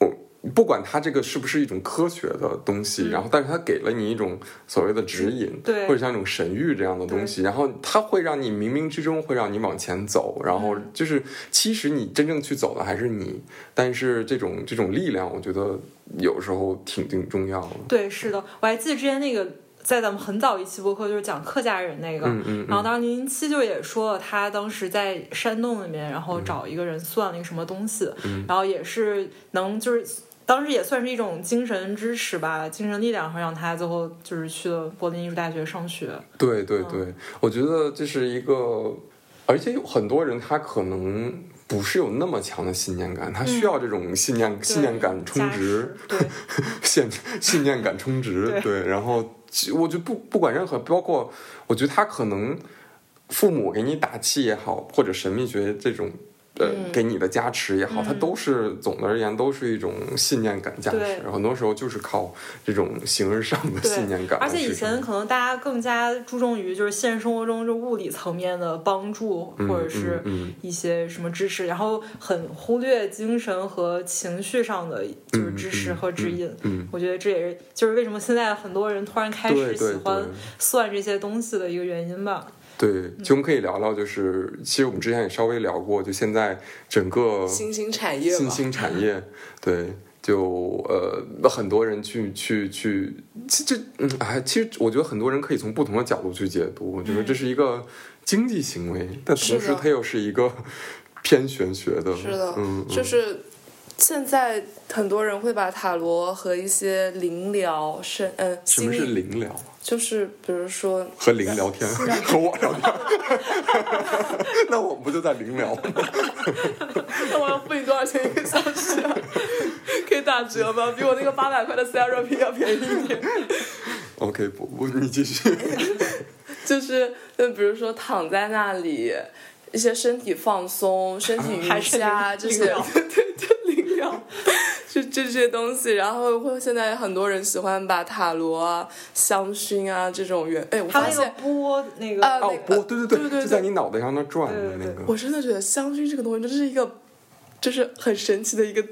S1: 我。不管它这个是不是一种科学的东西，然后但是它给了你一种所谓的指引，
S2: 对
S1: 或者像一种神谕这样的东西，然后它会让你冥冥之中会让你往前走，然后就是其实你真正去走的还是你，但是这种这种力量，我觉得有时候挺挺重要的。
S2: 对，是的，我还记得之前那个在咱们很早一期播客就是讲客家人那个，
S1: 嗯嗯
S2: 然后当时零零七就也说了，他当时在山洞里面，然
S1: 嗯
S2: 后找一个人算了一个什么东西，然后也是能就是。当时也算是一种精神支持吧，精神力量，然后让他最后就是去了柏林艺术大学上学。
S1: 对
S2: 嗯
S1: 对对，我觉得这是一个，而且有很多人他可能不是有那么强的信念感，他需要这种信念、信念感充值，
S2: 对，嗯加持
S1: 信信念感充值，
S2: 对
S1: 对，然后其我觉得不不管任何，包括我觉得他可能父母给你打气也好，或者神秘学这种。呃，
S2: 嗯
S1: 给你的加持也好，它都是总的而言都是一种信念感加
S2: 对
S1: 持，很多时候就是靠这种形而上的
S2: 对
S1: 信念感来啊
S2: 而
S1: 支撑。
S2: 且以前可能大家更加注重于就是现实生活中就物理层面的帮助，或者是
S1: 嗯嗯
S2: 一些什么支持，然后很忽略精神和情绪上的就是支持和指引。
S1: 嗯
S2: 我觉得这也是就是为什么现在很多人突然开始
S1: 对对
S2: 喜欢
S1: 对
S2: 算这些东西的一个原因吧。
S1: 对，其实我们可以聊聊，就是其实我们之前也稍微聊过，就现在整个
S3: 新兴产业
S1: 新
S3: 嘛，
S1: 兴产业，对，就呃很多人去去去，其实嗯哎，其实我觉得很多人可以从不同的角度去解读，我觉得这是一个经济行为，但同
S3: 嗯是
S1: 时
S3: 的
S1: 它又是一个偏玄学的，
S3: 是的，
S1: 嗯，嗯
S3: 就是现在很多人会把塔罗和一些灵疗、身嗯、呃、
S1: 什么
S3: 心
S1: 是
S3: 理，
S1: 灵疗？
S3: 就是比如 说
S1: 和灵聊天， 和我聊天，那我们不就在灵聊吗？
S3: 那我要付你多少钱一个小时、啊？可以打折吗？比我那个八百块的 therapy 要便宜一 点。
S1: ？OK，不不，你继续。
S3: 就是，就比如说躺在那里，一些身体放松、身体
S1: 啊
S2: 还
S3: 瑜
S2: 是
S3: 伽这
S2: 灵
S3: 些，
S2: 灵疗
S3: 对对对，灵疗，就这些东西。然后会现在很多人喜欢把塔罗啊、香薰啊这种元，哎，我
S2: 它
S3: 发
S2: 那个
S3: 现。
S2: 波那个、
S3: 啊
S1: 哦
S3: 那，
S1: 不
S3: 个，
S1: 对对
S3: 对
S1: 对，
S3: 对
S1: 就在你脑袋上那转的那
S2: 对对
S1: 个。
S3: 我真的觉得香薰这个东西，这是一个，就是很神奇的一个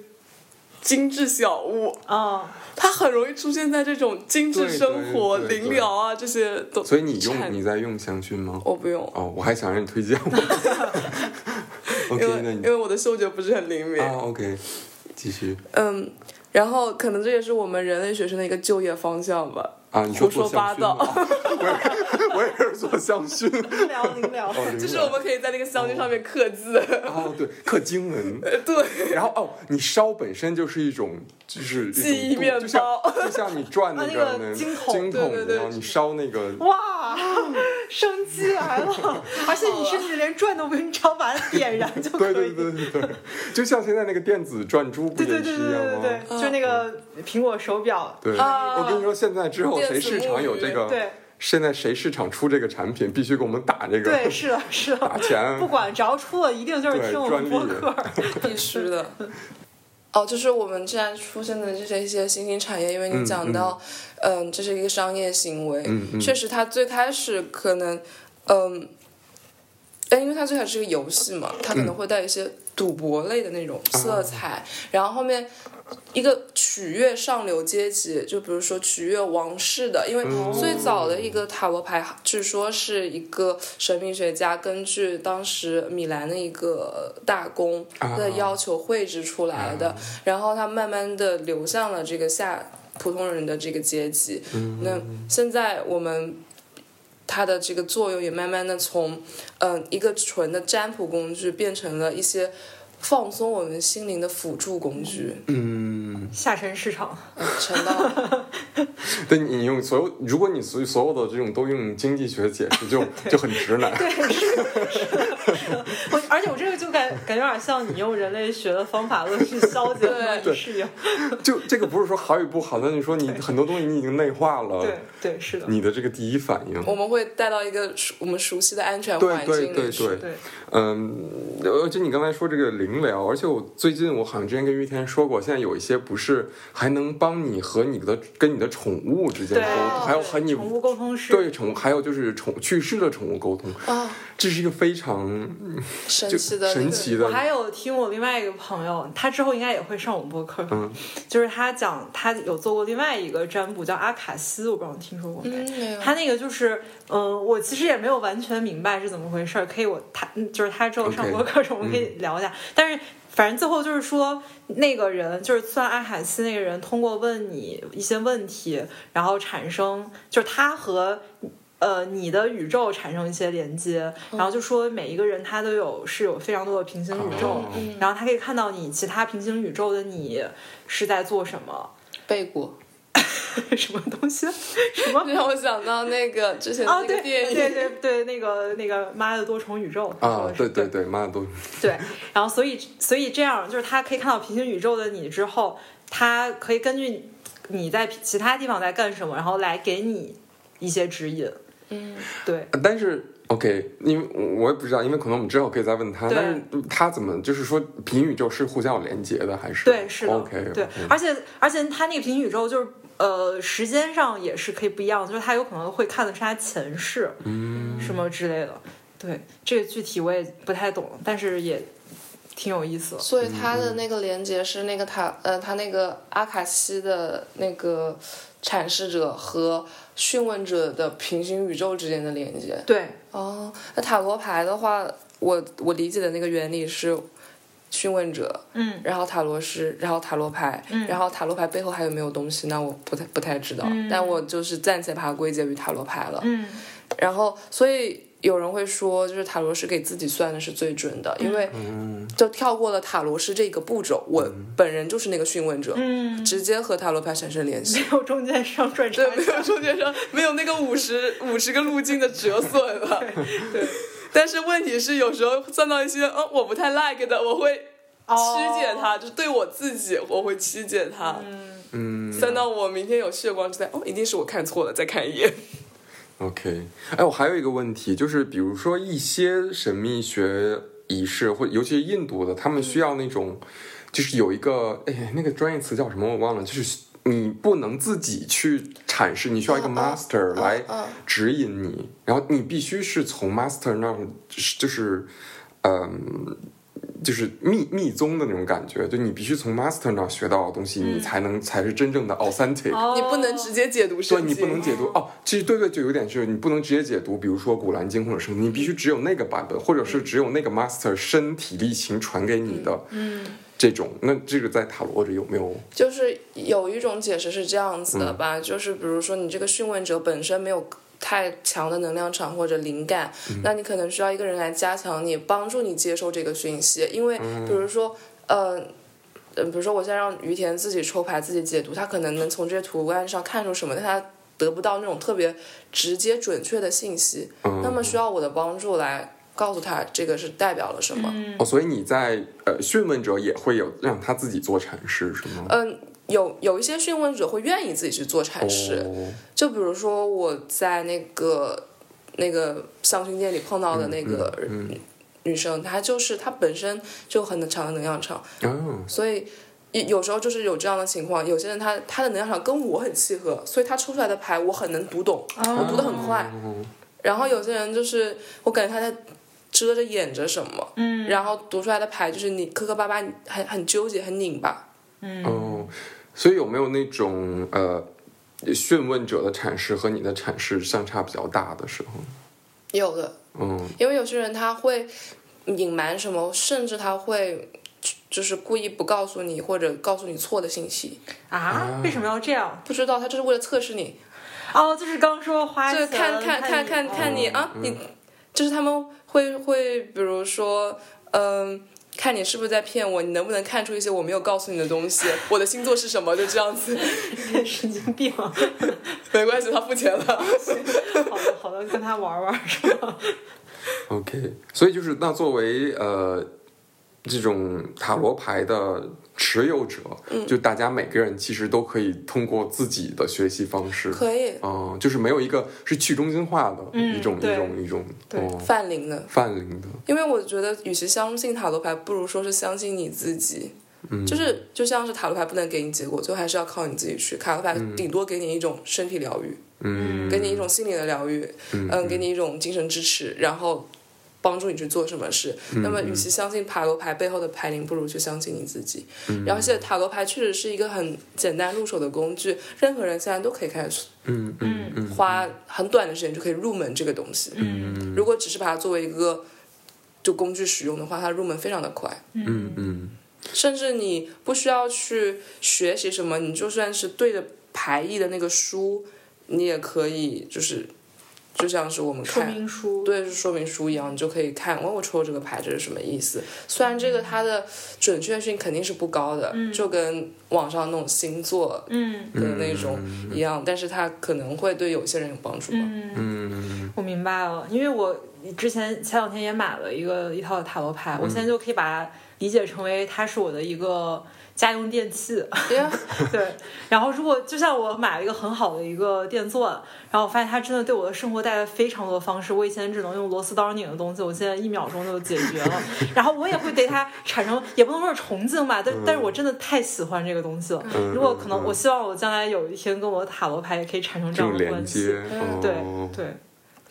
S3: 精致小物，
S2: 啊，
S3: 它很容易出现在这种精致
S1: 对
S3: 生活、
S1: 对对
S3: 灵疗啊这些都。
S1: 所以你用
S3: 产
S1: 你在用香薰吗？
S3: 我不用，
S1: 哦，我还想让你推荐我。
S3: 因
S1: OK，那
S3: 为因
S1: 你
S3: 为我的嗅觉不是很灵敏。
S1: 啊 OK，继续
S3: 嗯，然后可能这也是我们人类学生的一个就业方向吧。
S1: 啊，你说
S3: 胡
S1: 做
S3: 说
S1: 香
S3: 八
S1: 薰吗
S3: 道？
S1: 我也我也是做香薰。
S2: 灵疗灵疗，
S1: 哦，
S3: 就是
S1: 灵
S3: 我
S1: 感
S3: 们可以在那个香薰上面刻字。
S1: 哦，对，刻经文。
S3: 对，
S1: 然后哦，你烧本身就是一种，就是一种
S3: 记忆
S1: 度
S3: 面
S1: 就像
S3: 包
S1: 就像你 转那
S2: 啊那个
S1: 个
S2: 金
S1: 筒
S2: 筒
S1: 金
S3: 对对
S1: 一
S3: 对
S1: 样，你烧那个
S2: 哇，生机来 了！而且你甚至连转的文章把它点燃就可
S1: 对
S2: 以。
S1: 对对对对，就像现在那个电子转珠不
S2: 对对
S1: 也
S2: 对
S1: 是
S2: 对
S1: 一样
S2: 对
S1: 吗？嗯
S2: 对对，就那个苹果手表，
S1: 对，
S3: 啊
S1: 我跟你说，现在之后
S3: 电子
S1: 谁市场有这个
S2: 对
S1: 现在谁市场出这个产品，必须给我们打这个
S2: 对，是的，是
S1: 打
S2: 的，
S1: 钱，
S2: 不管只要出了，一定就是
S1: 对
S2: 听我们播
S1: 专利
S2: 客。
S3: 必须的。哦，就是我们现在出现的这些一些新兴产业，因为你讲到，嗯，这是一个商业行为，
S1: 嗯嗯
S3: 确实，它最开始可能，嗯，哎但因为它最开始是个游戏嘛，它可能会带一些赌博类的那种色彩，然后后面一个取悦上流阶级，就比如说取悦王室的，因为最早的一个塔罗牌，据说是一个神秘学家根据当时米兰的一个大公的要求绘制出来的，然后它慢慢的流向了这个下普通人的这个阶级。那现在我们它的这个作用也慢慢的从嗯、呃一个纯的占卜工具变成了一些放松我们心灵的辅助工具。嗯
S1: 嗯，
S2: 下沉市场，
S3: 陈导，
S1: 对你用所有，如果你所所有的这种都用经济学解释，就就很直男。
S2: 我而且我这个就感感觉有点像你用人类学的方法论去消解
S3: 对
S2: 你适应。
S1: 就这个不是说好与不好，但是说你很多东西你已经内化
S2: 对
S1: 了，
S2: 对，是的，
S1: 你的这个第一反应。
S3: 我们会带到一个熟我们熟悉的安全
S1: 对
S3: 环境里
S1: 对
S3: 去。
S1: 对对，
S2: 对，
S1: 嗯，而且你刚才说这个灵疗，而且我最近我好像之前跟于天说过，现在有一些不是还能帮你和你的跟你的宠物之间沟
S2: 对
S1: 通，还有和你
S2: 宠物沟通师，
S1: 对宠物，还有就是宠去世的宠物沟通，
S2: 哦
S3: 啊，
S1: 这是一个非常
S3: 神
S1: 就
S3: 奇的
S1: 神
S3: 那个
S1: 奇
S2: 我
S1: 的，
S2: 还有听我另外一个朋友，他之后应该也会上我们播客，
S1: 嗯
S2: 就是他讲他有做过另外一个占卜叫阿卡西，我不知道你听说过没？
S3: 嗯没有
S2: 他那个就是，嗯、我其实也没有完全明白是怎么回事儿，可以我他嗯就是他之后上
S1: OK，
S2: 播客时候我们
S1: 嗯
S2: 可以聊一下，但是。反正最后就是说，那个人就是算阿卡西那个人，通过问你一些问题，然后产生就是他和呃你的宇宙产生一些连接，
S3: 嗯
S2: 然后就说每一个人他都有是有非常多的平行宇宙
S1: 哦，
S2: 然后他可以看到你其他平行宇宙的你是在做什么
S3: 背过，
S2: 什么东西， 什么
S3: 让我想到那个之前的
S2: 啊
S3: 那
S2: 对
S3: 个电
S2: 对
S3: 影。
S2: 对对那个那个妈的多重宇宙他说
S1: 啊
S2: 的，
S1: 对
S2: 是
S1: 对对，妈的都
S2: 对，然后所以所以这样就是他可以看到平行宇宙的你之后，他可以根据你在其他地方在干什么，然后来给你一些指引。
S3: 嗯，
S2: 对，
S1: 但是 OK，因为我我也不知道，因为可能我们之后可以再问他，
S2: 对
S1: 但是他怎么就是说平行宇宙是互相有连接的，还是
S2: 对，是的
S1: OK
S2: 对，而且而且它那个平行宇宙就是呃，时间上也是可以不一样，就是它有可能会看的是它前世，嗯，什么之类的。对，这个具体我也不太懂，但是也挺有意思的。
S3: 所以它的那个连接是那个塔，呃，它那个阿卡西的那个阐释者和询问者的平行宇宙之间的连接。
S2: 对，
S3: 哦，那塔罗牌的话，我我理解的那个原理是。询问者，
S2: 嗯
S3: 然后塔罗师，然后塔罗牌，
S2: 嗯
S3: 然后塔罗牌背后还有没有东西？那我不太不太知道，
S2: 嗯
S3: 但我就是暂且把它归结于塔罗牌了。
S2: 嗯，
S3: 然后，所以有人会说，就是塔罗师给自己算的是最准的，
S2: 嗯
S3: 因为就跳过了塔罗师这个步骤。我本人就是那个询问者，
S2: 嗯
S3: 直接和塔罗牌产生联系。
S2: 没有中间商赚差
S3: 对， 没有中间商，没有那个 五十五十个路径的折损了。
S2: 对，
S3: 但是问题是，有时候算到一些嗯我不太 like 的，我会
S2: 哦
S3: 曲解它，就对我自己我会曲解它。
S1: 嗯
S3: 算到我明天有血光之灾，哦，一定是我看错了，再看一眼。
S1: OK，哎，我还有一个问题，就是比如说一些神秘学仪式，或尤其是印度的，他们需要那种，就是有一个哎那个专业词叫什么我忘了，就是你不能自己去阐释，你需要一个
S3: 嗯嗯
S1: master 来
S3: 嗯
S1: 指引你，然后你必须是从 master 那儿就是嗯。就是密密宗的那种感觉，就你必须从 master 那儿学到的东西，你才能才是真正的 authentic。
S2: 哦
S3: 你不能直接解读
S1: 对
S3: 圣经，
S1: 你不能解读哦，其实对对，就有点是你不能直接解读，比如说《古兰经》或者圣经，你必须只有那个版本，或者是只有那个 master 身体力行传给你的，嗯，这种，那这个在塔罗里有没有？
S3: 就是有一种解释是这样子的吧，就是比如说你这个询问者本身没有太强的能量场或者灵感，那你可能需要一个人来加强你，帮助你接受这个讯息，因为比如说，呃。呃比如说，我现在让于田自己抽牌、自己解读，他可能能从这些图案上看出什么，但他得不到那种特别直接、准确的信息。
S1: 嗯
S3: 那么需要我的帮助来告诉他这个是代表了什么。
S2: 嗯
S1: 哦，所以你在呃询问者也会有让他自己做阐释，是吗？
S3: 嗯，有有一些讯问者会愿意自己去做阐释，
S1: 哦
S3: 就比如说我在那个那个香薰店里碰到的
S1: 嗯
S3: 那个女生，她就是她本身就很强的能量场，
S1: 哦，
S3: 所以有有时候就是有这样的情况，有些人他他的能量场跟我很契合，所以他抽出来的牌我很能读懂，我读的很
S1: 哦
S3: 快。然后有些人就是我感觉他在遮着掩着什么，嗯，然后读出来的牌就是你磕磕巴巴，很很纠结，很拧巴。
S1: 哦，所以有没有那种呃，询问者的阐释和你的阐释相差比较大的时候？
S3: 有的，
S1: 嗯，
S3: 因为有些人他会隐瞒什么，甚至他会就就是故意不告诉你，或者告诉你错的信息，
S2: 啊？为什么要这样？
S3: 不知道他就是为了测试你，
S2: 哦，就是刚说花
S3: 对，
S2: 钱，
S3: 看看看看看你啊，你就是他们会会，比如说，嗯。看你是不是在骗我，你能不能看出一些我没有告诉你的东西？我的星座是什么？就这样子，
S2: 哦神经病啊！
S3: 没关系，他付钱了。
S2: 好的好的，跟他玩玩是吧？
S1: OK，所以就是那作为呃这种塔罗牌的持有者，
S2: 嗯
S1: 就大家每个人其实都可以通过自己的学习方式，
S3: 可以
S1: 嗯、就是没有一个是去中心化的一种、
S2: 嗯对
S1: 一种一种
S2: 对
S1: 哦
S3: 范林呢？
S1: 泛灵的，
S3: 因为我觉得，与其相信塔罗牌，不如说是相信你自己。就是就像是塔罗牌不能给你结果，最后还是要靠你自己去。塔罗牌顶多给你一种身体疗愈，
S1: 嗯
S3: 给你一种心理的疗愈，嗯给你一种精神支持，然后帮助你去做什么事。那么，与其相信塔罗牌背后的牌灵，不如去相信你自己。然后，而且塔罗牌确实是一个很简单入手的工具，任何人现在都可以开始
S1: 嗯嗯嗯
S3: 花很短的时间就可以入门这个东西。
S2: 嗯
S3: 如果只是把它作为一个就工具使用的话，它入门非常的快，
S1: 嗯嗯
S3: 甚至你不需要去学习什么，你就算是对着牌意的那个书，你也可以就是就像是我们
S2: 说
S3: 看
S2: 明书
S3: 对说明书一样，你就可以看，哦，我抽这个牌这是什么意思？虽然这个它的准确性肯定是不高的，就跟网上那种星座
S2: 嗯
S3: 的那种一样，但是它可能会对有些人有帮助吧。
S1: 嗯
S2: 我明白了，因为我之前前两天也买了一个一套塔罗牌，
S1: 嗯
S2: 我现在就可以把它理解成为它是我的一个家用 电器。
S3: Yeah
S2: 对，然后如果就像我买了一个很好的一个电钻，然后我发现它真的对我的生活带来非常多的方式。我以前只能用螺丝刀拧的东西，我现在一秒钟就解决 了。然后我也会对它产生，也不能说是崇敬吧，
S1: 嗯
S2: 但但是我真的太喜欢这个东西了。如果可能，我希望我将来有一天跟我的塔罗牌也可以产生
S1: 这
S2: 这样
S1: 种
S2: 的
S1: 连
S2: 关系。嗯
S1: 接，哦
S2: 对对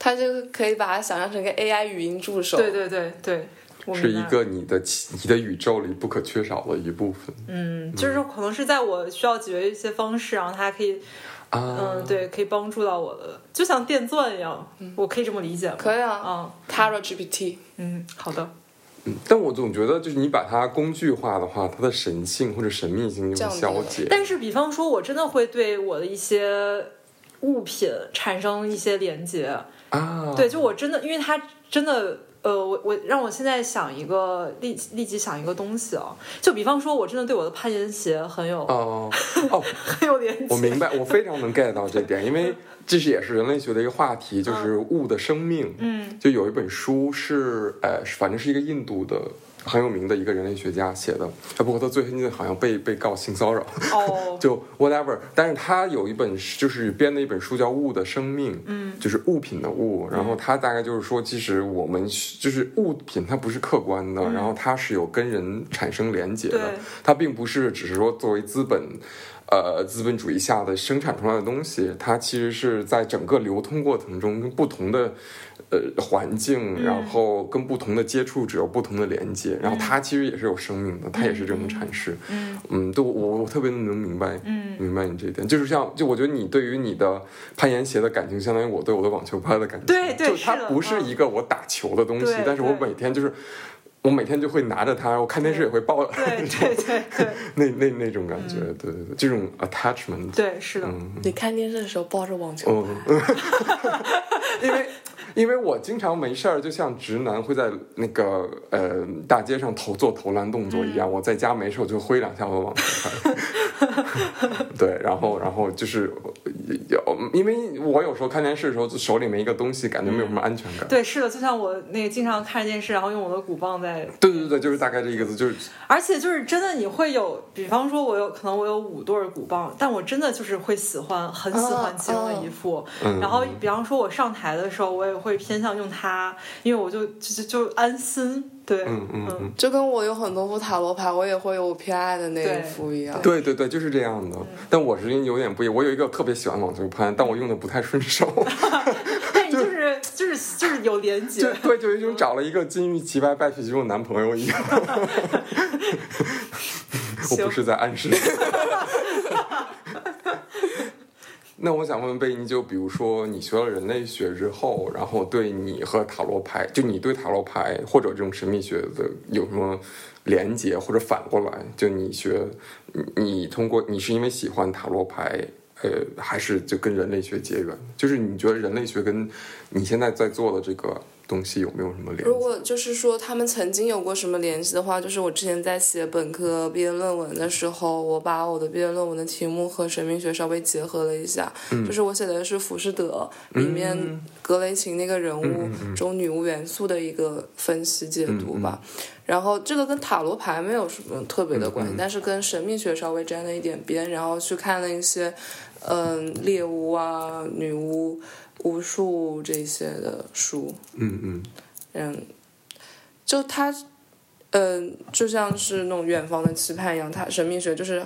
S3: 它就可以把它想象成一个 AI 语音助手。
S2: 对对对对，我
S1: 是
S2: 明白
S1: 一个你的其你的宇宙里不可缺少的一部分
S2: 嗯，就是可能是在我需要解决一些方式，然后它可以
S1: 啊，
S2: 嗯，对，可以帮助到我的，就像电钻一样，我可以这么理解吗？
S3: 嗯可以啊
S2: 嗯
S3: t a r o GPT，
S2: 嗯，好的，
S1: 嗯但我总觉得就是你把它工具化的话，它的神性或者神秘性就
S3: 降
S1: 会
S3: 低
S1: 消
S3: 了
S1: 解，
S2: 但是比方说，我真的会对我的一些物品产生一些连接，
S1: 啊，
S2: 对，就我真的，因为它真的，呃，我我让我现在想一个立立即想一个东西啊，就比方说，我真的对我的攀岩鞋很有、
S1: 哦 哦，
S2: 很有连接，
S1: 我明白，我非常能 get 到这点，因为这是也是人类学的一个话题，就是物的生命。
S2: 嗯，
S1: 就有一本书是，呃，是反正是一个印度的很有名的一个人类学家写的，啊，不过他最近好像被被告性骚扰，
S2: 哦，
S1: 就 whatever。但是他有一本就是编的一本书叫《物的生命》，嗯，就是物品的物。然
S2: 嗯
S1: 后他大概就是说，其实我们就是物品，它不是客观的，然后它是有跟人产生连结的
S2: 嗯对，
S1: 它并不是只是说作为资本。呃，资本主义下的生产出来的东西，它其实是在整个流通过程中跟不同的呃环
S2: 嗯
S1: 境，然后跟不同的接触者有不同的连接，然后它其实也是有生命的，它也是这种阐释。
S2: 嗯
S1: 嗯，对我我我特别能明白，
S2: 嗯
S1: 明白你这一点，就是像就我觉得你对于你的攀岩鞋的感情，相当于我对我的网球拍的感情，
S2: 对对
S1: 就是它
S2: 是的
S1: 不是
S2: 嗯
S1: 一个我打球的东西
S2: 对，
S1: 但是我
S2: 对
S1: 每天就是我每天就会拿着它，我看电视也会抱着
S2: 对对嗯对对
S1: 那那那种感觉，对对对，这种嗯 attachment，
S2: 对，是的，
S1: 嗯
S3: 你看电视的时候抱着网球
S1: 嗯，因为因为我经常没事儿，就像直男会在那个呃大街上投做投篮动作一样，我在家没事儿我就挥两下我的网球拍。对，然后然后就是呃有，因为我有时候看电视的时候，就手里没一个东西，感觉没有什么安全感。
S2: 对，是的，就像我那个经常看电视，然后用我的鼓棒在，
S1: 对对对，就是大概这一个字，就是
S2: 而且就是真的你会有，比方说我有可能我有五对鼓棒，但我真的就是会喜欢，很喜欢其中的一副。
S1: 嗯，
S2: 然后比方说我上台的时候，我也会偏向用它，因为我就就就就安心。对，
S1: 嗯嗯嗯，
S3: 就跟我有很多副塔罗牌，我也会有我偏爱的那
S2: 对
S3: 一副一样。
S1: 对对对，就是这样的。但我是有点不一样，我有一个特别喜欢网球拍，但我用的不太顺手。
S2: 但 你就是就是就是有连接
S1: 就。对，就有一种找了一个金玉其外败絮其中的男朋友一样。我不是在暗示你。那我想问问贝妮，就比如说你学了人类学之后，然后对你和塔罗牌，就你对塔罗牌或者这种神秘学的有什么连结，或者反过来，就你学，你你通过你是因为喜欢塔罗牌，呃，还是就跟人类学结缘？就是你觉得人类学跟你现在在做的这个东西有没有什么连
S3: 如
S1: 接？
S3: 果就是说他们曾经有过什么联系的话，就是我之前在写本科毕业论文的时候，我把我的毕业论文的题目和神秘学稍微结合了一下，就是我写的是《浮士德》里面格雷琴那个人物中女巫元素的一个分析解读吧。然后这个跟塔罗牌没有什么特别的关系，但是跟神秘学稍微沾了一点边，然后去看了一些，嗯、猎巫啊、女巫、巫术这些的书。
S1: 嗯嗯
S3: 嗯，就它，嗯、就像是那种远方的期盼一样，它神秘学就是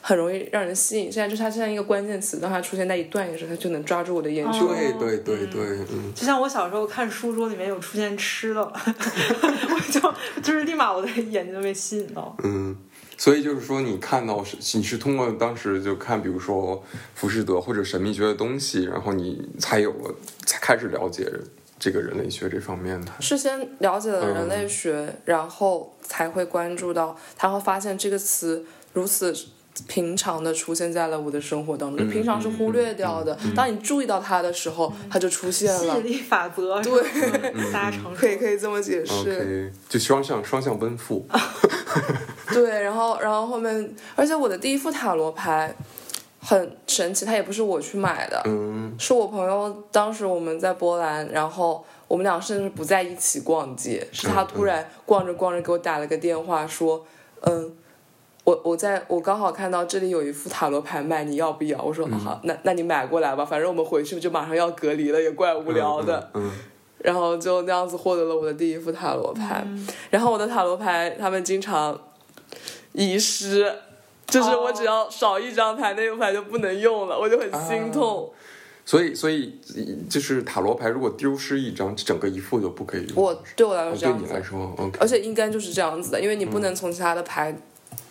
S3: 很容易让人吸引。现在就是它像一个关键词，当它出现在一段也是，它就能抓住我的眼球。
S1: 对对对对，嗯。
S2: 就像我小时候看书桌里面有出现吃的， 我就就是立马我的眼睛就被吸引到。
S1: 嗯，所以就是说，你看到是你是通过当时就看，比如说浮士德或者神秘学的东西，然后你才有了才开始了解这个人类学这方面的。
S3: 事先了解了人类学，然后才会关注到，他会发现这个词如此平常的出现在了我的生活当中，平常是忽略掉的。当你注意到它的时候，它就出现
S2: 吸
S3: 了
S2: 引。力法则，对，
S1: 嗯
S2: 大家常
S3: 可
S2: 说
S3: 以。可以这么解释。
S1: OK，就双向双向奔赴。
S3: 对，然后然后后面，而且我的第一副塔罗牌很神奇，它也不是我去买的，
S1: 嗯
S3: 是我朋友当时我们在波兰，然后我们俩甚至不在一起逛街，
S1: 嗯
S3: 是他突然逛着逛着给我打了个电话说，嗯。我我在我刚好看到这里有一副塔罗牌卖，你要不要？我
S1: 嗯
S3: 说、啊好，那那你买过来吧，反正我们回去就马上要隔离了，也怪无 聊的。
S1: 嗯，
S3: 然后就那样子获得了我的第一副塔罗牌。然后我的塔罗牌他们经常遗失，就是我只要少一张牌，那副牌就不能用了，我就很心痛。
S1: 所以所以就是塔罗牌如果丢失一张，整个一副就不可以用。
S3: 我对我来说
S1: 哦
S3: 是这
S1: 对
S3: 样
S1: 你
S3: 子
S1: 来
S3: 的，
S1: 说，OK。
S3: 而且应该就是这样子的，因为你不能从其他的牌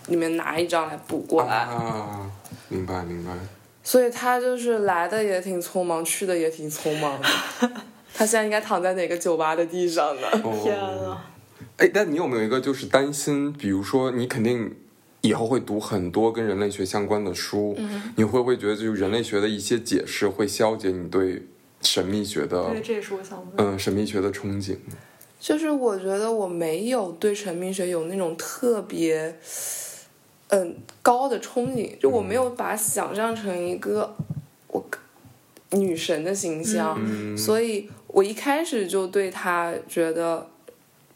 S3: 里面拿一张来补过来，
S1: 啊，明白明白。
S3: 所以他就是来的也挺匆忙，去的也挺匆忙的。 他现在应该躺在哪个酒吧的地上呢？
S2: 天
S1: 哦，
S2: 啊！
S1: 哎，但你有没有一个就是担心，比如说你肯定以后会读很多跟人类学相关的书，
S3: 嗯
S1: 你会不会觉得就是人类学的一些解释会消解你对神秘学的
S2: 对，这也是我想问的。
S1: 嗯、神秘学的憧憬？
S3: 就是我觉得我没有对神秘学有那种特别，嗯，高的憧憬，就我
S1: 嗯
S3: 没有把它想象成一个我女神的形象，
S1: 嗯
S3: 所以我一开始就对她觉得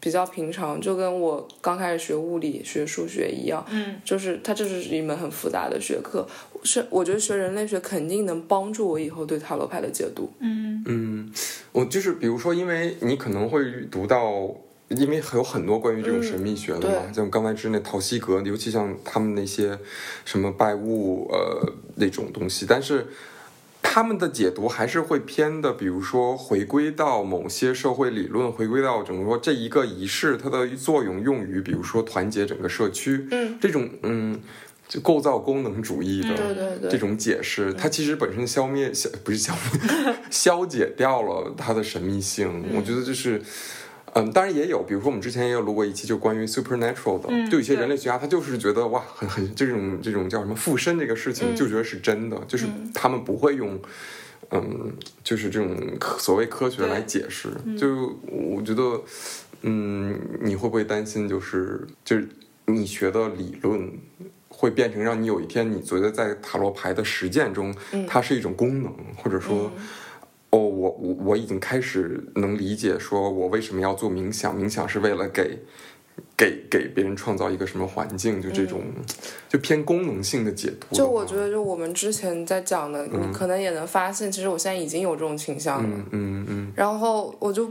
S3: 比较平常，就跟我刚开始学物理、学数学一样，
S2: 嗯，
S3: 就是它这是一门很复杂的学科，是我觉得学人类学肯定能帮助我以后对塔罗牌的解读，
S2: 嗯，
S1: 嗯，我就是比如说，因为你可能会读到。因为有很多关于这种神秘学的嘛，
S3: 嗯对
S1: 像刚才之那陶希格，尤其像他们那些什么拜物呃那种东西，但是他们的解读还是会偏的，比如说回归到某些社会理论，回归到整个说这一个仪式它的作用用于，比如说团结整个社区，
S3: 嗯，
S1: 这种嗯就构造功能主义的，
S3: 对对对，
S1: 这种解释，它其实本身消灭消不是消灭， 消解掉了它的神秘性。我觉得就是，嗯，当然也有，比如说我们之前也有录过一期，就关于 supernatural 的，
S2: 嗯
S1: 就有些人
S2: 对
S1: 类学家他就是觉得哇，很
S3: 嗯
S1: 很这种这种叫什么附身这个事情，就觉得是真的，就是他们不会用。嗯，就是这种科所谓科学来解释。
S3: 嗯
S1: 就我觉得，嗯，你会不会担心，就是就是你学的理论会变成让你有一天你觉得在塔罗牌的实践中，
S3: 嗯
S1: 它是一种功能，或者说。哦，我我我已经开始能理解，说我为什么要做冥想，冥想是为了给给给别人创造一个什么环境，就这种、就偏功能性的解读的话。
S3: 嗯就我觉得，就我们之前在讲的，你可能也能发现，其实我现在已经有这种倾向了。
S1: 嗯嗯嗯，
S3: 然后我就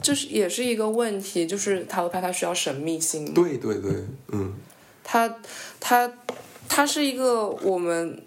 S3: 就是也是一个问题，就是塔罗牌它需要神秘性嘛，
S1: 对对对，嗯
S3: 它它它是一个我们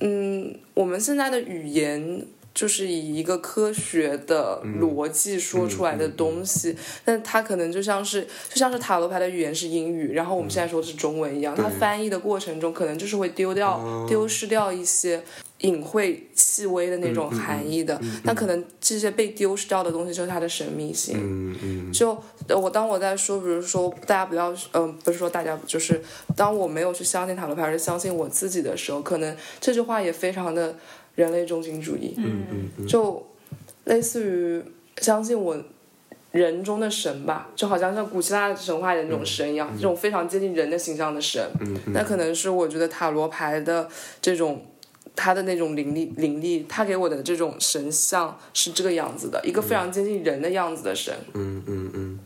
S3: 嗯我们现在的语言。就是以一个科学的
S1: 嗯
S3: 逻辑说出来的东西，但它可能就像是就像是塔罗牌的语言是英语，然后我们现在说的是中文一样，它
S1: 嗯对哦
S3: 翻译的过程中可能就是会丢掉、丢失掉一些隐晦、细微
S1: 嗯
S3: 的那种含义的。那可能这些被丢失掉的东西就是它的神秘性。
S1: 嗯嗯，
S3: 就呃我当我在说，比如说大家不要，嗯、不是说大家，就是当我没有去相信塔罗牌，而是相信我自己的时候，可能这句话也非常的人类中心主义，
S1: 嗯嗯嗯，
S3: 就类似于相信我人中的神吧，就好像像古希腊神话里的那种神一样，这种非常接近人的形象的神，
S1: 嗯
S3: 那可能是我觉得塔罗牌的这种。它的那种灵力，灵力，它给我的这种神像是这个样子的，一个非常接近人的样子的神。
S1: 嗯嗯嗯，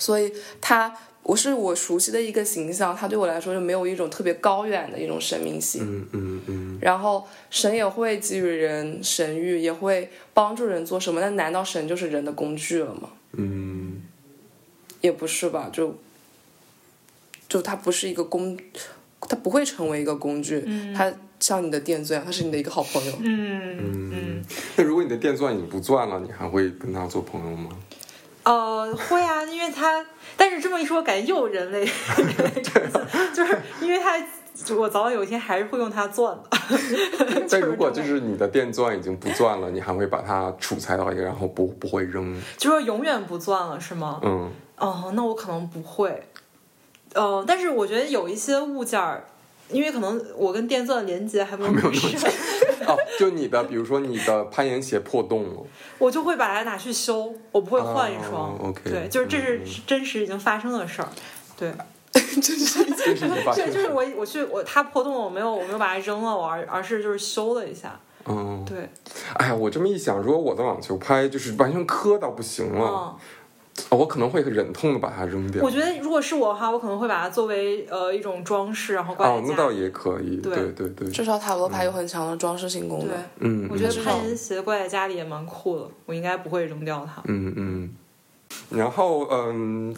S3: 所以它我是我熟悉的一个形象，它对我来说就没有一种特别高远的一种神明性。
S1: 嗯嗯嗯，
S3: 然后神也会给予人神谕，也会帮助人做什么？那难道神就是人的工具了吗？
S1: 嗯，
S3: 也不是吧，就就它不是一个工，它不会成为一个工具，它像你的电钻，它是你的一个好朋友。
S2: 嗯嗯，
S1: 那如果你的电钻已经不钻了，你还会跟他做朋友吗？
S2: 呃，会啊，因为他，但是这么一说，感觉又人 类， 就是因为他，我早晚有一天还是会用它钻的。
S1: 但如果就是你的电钻已经不钻了，你还会把它储裁到一个，然后不不会扔？
S2: 就说永远不钻了是吗？
S1: 嗯
S2: 哦，那我可能不会。呃，但是我觉得有一些物件儿，因为可能我跟电钻连接还没有那么深，
S1: 哦，就你的，比如说你的攀岩鞋破洞 了，
S2: 我就会把它拿去修，我不会换一双。
S1: 哦，OK 嗯
S2: 对，就是这是真实已经发生的事儿。对，
S1: 这是你发
S2: 对，
S1: 现
S2: 就。是我我去我它破洞了，我没有我没有把它扔了，我而而是就是修了一下。
S1: 嗯，
S2: 对，
S1: 哎呀，我这么一想，如果我的网球拍就是完全磕到不行了，哦
S2: 嗯，
S1: 我可能会忍痛的把它扔掉。哦
S2: 我觉得如果是我的话，我可能会把它作为呃一种装饰，然后挂在
S1: 哦，
S2: 家。
S1: 那倒也可以，
S2: 对
S1: 对对对，
S3: 至少塔罗牌有很强的装饰性功
S2: 对
S3: 能。，
S1: 嗯，
S2: 我觉
S1: 嗯
S2: 得攀岩鞋挂在家里也蛮酷的，我应该不会扔掉它。
S1: 嗯嗯，然后嗯。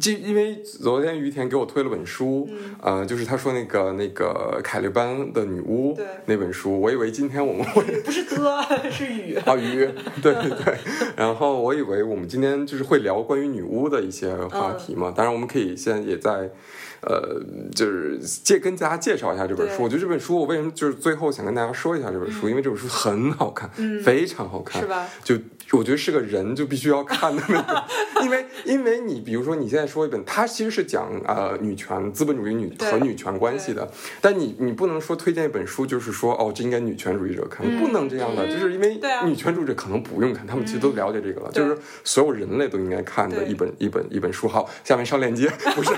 S1: 就因为昨天于田给我推了本书，
S2: 嗯
S1: 呃，就是他说那个那个凯利班的女巫
S2: 对
S1: 那本书，我以为今天我们会
S2: 不是的，是雨。
S1: 啊 鱼，对对对，然后我以为我们今天就是会聊关于女巫的一些话题
S2: 嗯
S1: 嘛，当然我们可以现在也在，呃，就是介跟大家介绍一下这本书。
S2: 对嗯
S1: 我觉得这本书我为什么就是最后想跟大家说一下这本书，因为这本书很好看，非常好看，
S2: 是吧？
S1: 就我觉得是个人就必须要看的那种，因为因为你比如说你现在说一本，它其实是讲呃女权、资本主义女
S2: 对
S1: 和女权关系的，但你你不能说推荐一本书就是说哦这应该女权主义者看，不能这样的，就是因为
S2: 对啊嗯
S1: 女权主义者可能不用看，他们其实都了解这个了，
S2: 对
S1: 就是所有人类都应该看的
S2: 对
S1: 一本一本一本书。好，下面上链接，不是。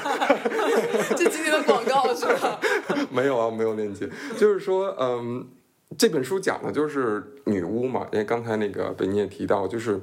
S3: 这今天的广告是吧？
S1: 没有啊，没有链接。就是说，嗯，这本书讲的就是女巫嘛，因为刚才那个北你也提到，就是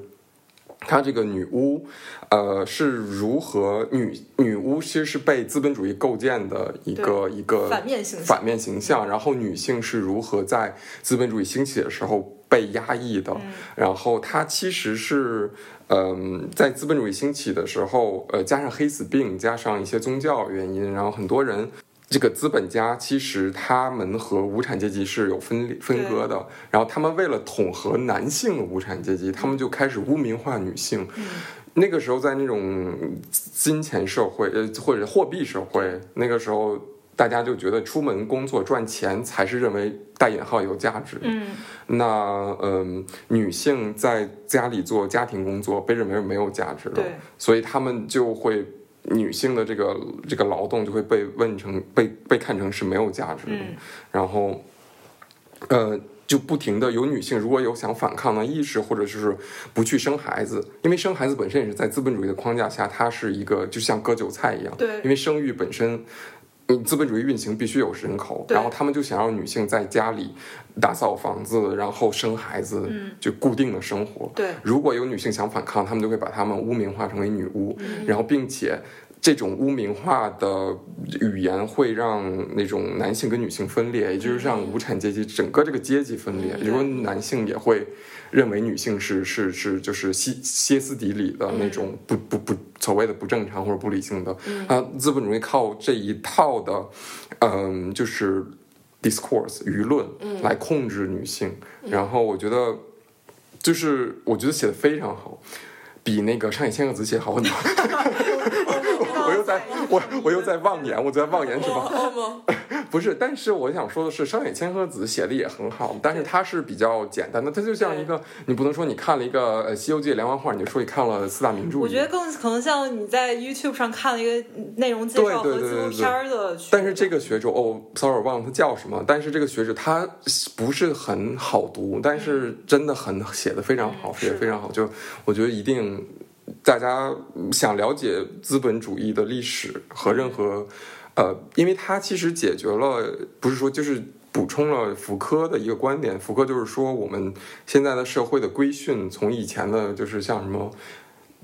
S1: 她这个女巫，呃，是如何女女巫其实是被资本主义构建的一个一个
S2: 反面形象
S1: 反面形象，然后女性是如何在资本主义兴起的时候。被压抑的，
S2: 嗯
S1: 然后她其实是，嗯、在资本主义兴起的时候，呃，加上黑死病，加上一些宗教原因，然后很多人这个资本家其实他们和无产阶级是有分裂分割的，然后他们为了统合男性的无产阶级，他们就开始污名化女性。
S2: 嗯
S1: 那个时候在那种金钱社会，呃，或者货币社会，那个时候大家就觉得出门工作赚钱才是认为带引号有价值。
S2: 嗯，
S1: 那嗯、女性在家里做家庭工作被认为没有价值了
S2: 对，
S1: 所以她们就会女性的这个这个劳动就会嗯被问成被被看成是没有价值的，
S2: 嗯
S1: 然后呃，就不停的有女性如果有想反抗的意识，或者就是不去生孩子，因为生孩子本身也是在资本主义的框架下，它是一个就像割韭菜一样，
S2: 对
S1: 因为生育本身。嗯，资本主义运行必须有人口，
S2: 对
S1: 然后他们就想要女性在家里打扫房子，然后生孩子，
S2: 嗯
S1: 就固定的生活。
S2: 对
S1: 如果有女性想反抗，他们就会把她们污名化成为女巫，然后并且这种污名化的语言会让那种男性跟女性分裂，也就是让无产阶级整个这个阶级分裂，也就是说男性也会认为女性是是是就是歇歇斯底里的那种不不不所谓的不正常或者不理性的，啊，资本主义靠这一套的，嗯，就是。discourse 舆论来控制女性，然后我觉得就是我觉得写的非常好，比那个上野千鹤子写好很 多。 我又在我我又在妄言，我在妄言什么？
S3: 哦
S1: 不是，但是我想说的是，上野千鹤子写的也很好，但是它是比较简单的，它就像一个你不能说你看了一个呃《西游记》连环画，你就说你看了四大名著一样。
S2: 我觉得更可能像你在 YouTube 上看了一个内容介绍
S1: 对
S2: 和
S1: 对对
S2: 纪录
S1: 对对
S2: 片儿的区别，
S1: 但是这个学者，哦，sorry，我忘了他叫什么。但是这个学者他不是很好读，但是真的很写的非常好，写的非常好。就我觉得一定，大家想了解资本主义的历史和任何，呃，因为它其实解决了，不是说就是。补充了福柯的一个观点，福柯就是说，我们现在的社会的规训，从以前的就是像什么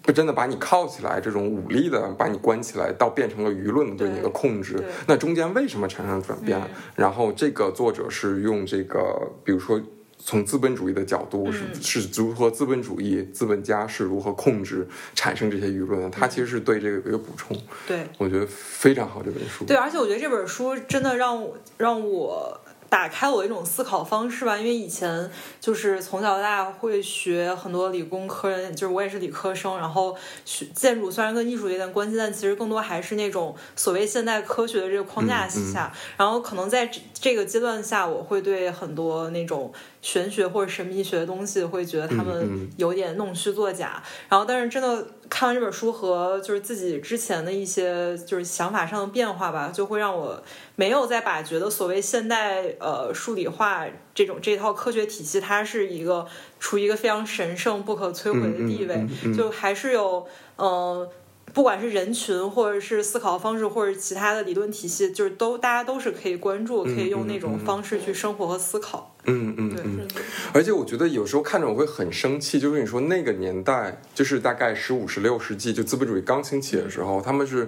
S1: 不真的把你铐起来，这种武力的把你关起来，到变成了舆论的对你的
S2: 对
S1: 控制
S2: 对。嗯
S1: 那中间为什么产生转变？然后这个作者是用这个，比如说。从资本主义的角
S2: 嗯
S1: 度是、是如何资本主义资本家是如何控制产生这些舆论的？他其实是对这个有一个补充，
S2: 对
S1: 我觉得非常好这本书。
S2: 对，而且我觉得这本书真的让我让我打开我一种思考方式吧，因为以前就是从小到大会学很多理工科，就是我也是理科生，然后学建筑虽然跟艺术有点关系，但其实更多还是那种所谓现代科学的这个框架下，然后可能在这这个阶段下，我会对很多那种玄学或者神秘学的东西，会觉得他
S1: 嗯
S2: 们
S1: 嗯
S2: 有点弄虚作假。然后，但是真的看完这本书和就是自己之前的一些就是想法上的变化吧，就会让我没有再把觉得所谓现代呃数理化这种这套科学体系，它是一个处于一个非常神圣不可摧毁的地位，
S1: 嗯嗯嗯嗯嗯
S2: 就还是有嗯。呃不管是人群，或者是思考方式，或者是其他的理论体系，就是都大家都是可以关注，可以用那种方式去生活和思考。
S1: 嗯嗯
S2: 对
S1: 嗯，而且我觉得有时候看着我会很生气，就是你说那个年代，就是大概十五、十六世纪，就资本主义刚兴起的时候，他们是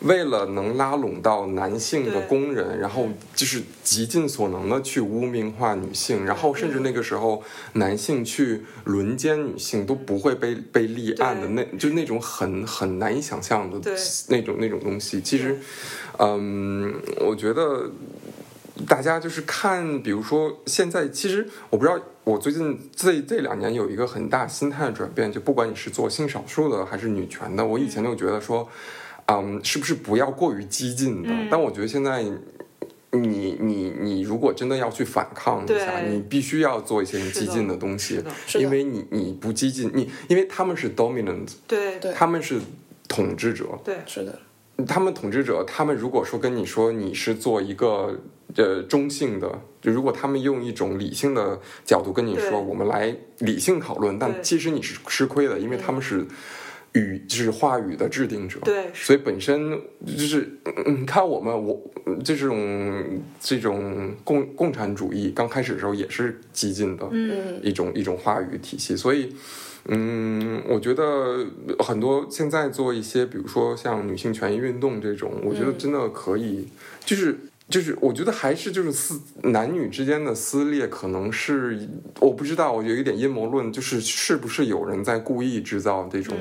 S1: 为了能拉拢到男性的
S2: 对
S1: 工人，然后就是极尽所能的去污名化女性，然后甚至那个时候男性去轮奸女性都不会被被立案的那，就那种很很难以想象的
S2: 对
S1: 那种那种东西，其实
S2: 对。
S1: 嗯，我觉得大家就是看，比如说现在，其实我不知道，我最近这这两年有一个很大心态的转变，就不管你是做性少数的还是女权的，我以前就觉得说，嗯，是不是不要过于激进的？
S2: 嗯
S1: 但我觉得现在。你你你，如果真的要去反抗一下，
S2: 对
S1: 你必须要做一些
S2: 是的
S1: 激进的东西
S2: 是的，
S3: 是的
S1: 因为你你不激进，你因为他们是 dominant，
S2: 对
S3: 对
S1: 他们是统治者，
S2: 对
S3: 是的，
S1: 他们统治者，他们如果说跟你说你是做一个呃中性的，就如果他们用一种理性的角度跟你
S2: 对
S1: 说，我们来理性讨论，但
S2: 对嗯
S1: 其实你是吃亏的，因为他们是语就是话语的制定者，
S2: 对是
S1: 所以本身就是嗯你看我们我这种这种共共产主义刚开始的时候也是激进的，
S3: 嗯，
S1: 一种一种话语体系，所以。嗯，我觉得很多现在做一些，比如说像女性权益运动这种，我觉得真的可以，就是就是，我觉得还是就是撕男女之间的撕裂，可能是我不知道，我有一点阴谋论，就是是不是有人在故意制造这种、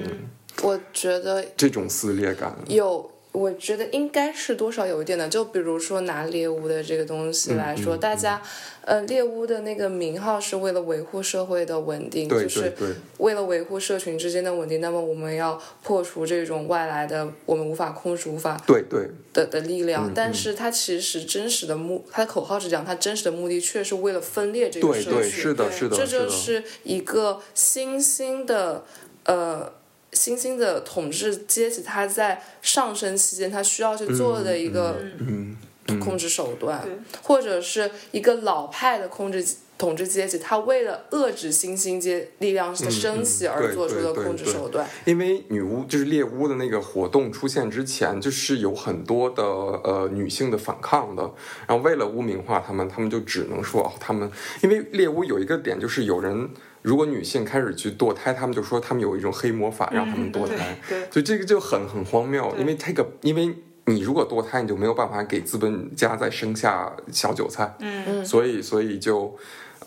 S3: 我觉得
S1: 这种撕裂感？
S3: 有，我觉得应该是多少有一点的。就比如说拿猎巫的这个东
S1: 嗯
S3: 西来说，大家，呃，猎巫的那个名号是为了维护社会的稳定，
S1: 对
S3: 就
S1: 对
S3: 是
S1: 对，
S3: 为了维护社群之间的稳定。那么我们要破除这种外来的我们无法控制、无法
S1: 对对，
S3: 的的力
S1: 嗯
S3: 量。但是它其实真实的目，它的口号是这样，它真实的目的却是为了分裂这个
S1: 对
S3: 社
S1: 对，
S3: 群。
S1: 是的，
S2: 对
S1: 是的，
S3: 这就是
S1: 的，
S3: 是一个新兴的呃新兴的统治阶级，他在上升期间他需要去做的一个
S1: 嗯，
S3: 控制手段，
S2: 对
S3: 或者是一个老派的控制统治阶级，他为了遏制新兴阶力量的升起
S1: 嗯
S3: 而
S1: 对
S3: 做出
S1: 对
S3: 的
S1: 对
S3: 控制
S1: 对
S3: 手段。
S1: 因为女巫就是猎巫的那个活动出现之前，就是有很多的呃女性的反抗的，然后为了污名化她们，她们就只能说哦，她们因为猎巫有一个点就是有人。如果女性开始去堕胎，她们就说她们有一种黑魔法让她们堕胎，
S2: 对对
S1: 所以这个就很很荒谬，
S2: 对
S1: 因为这个，因为你如果堕胎，你就没有办法给资本家再生下小韭菜，
S2: 嗯，
S1: 所以所以就，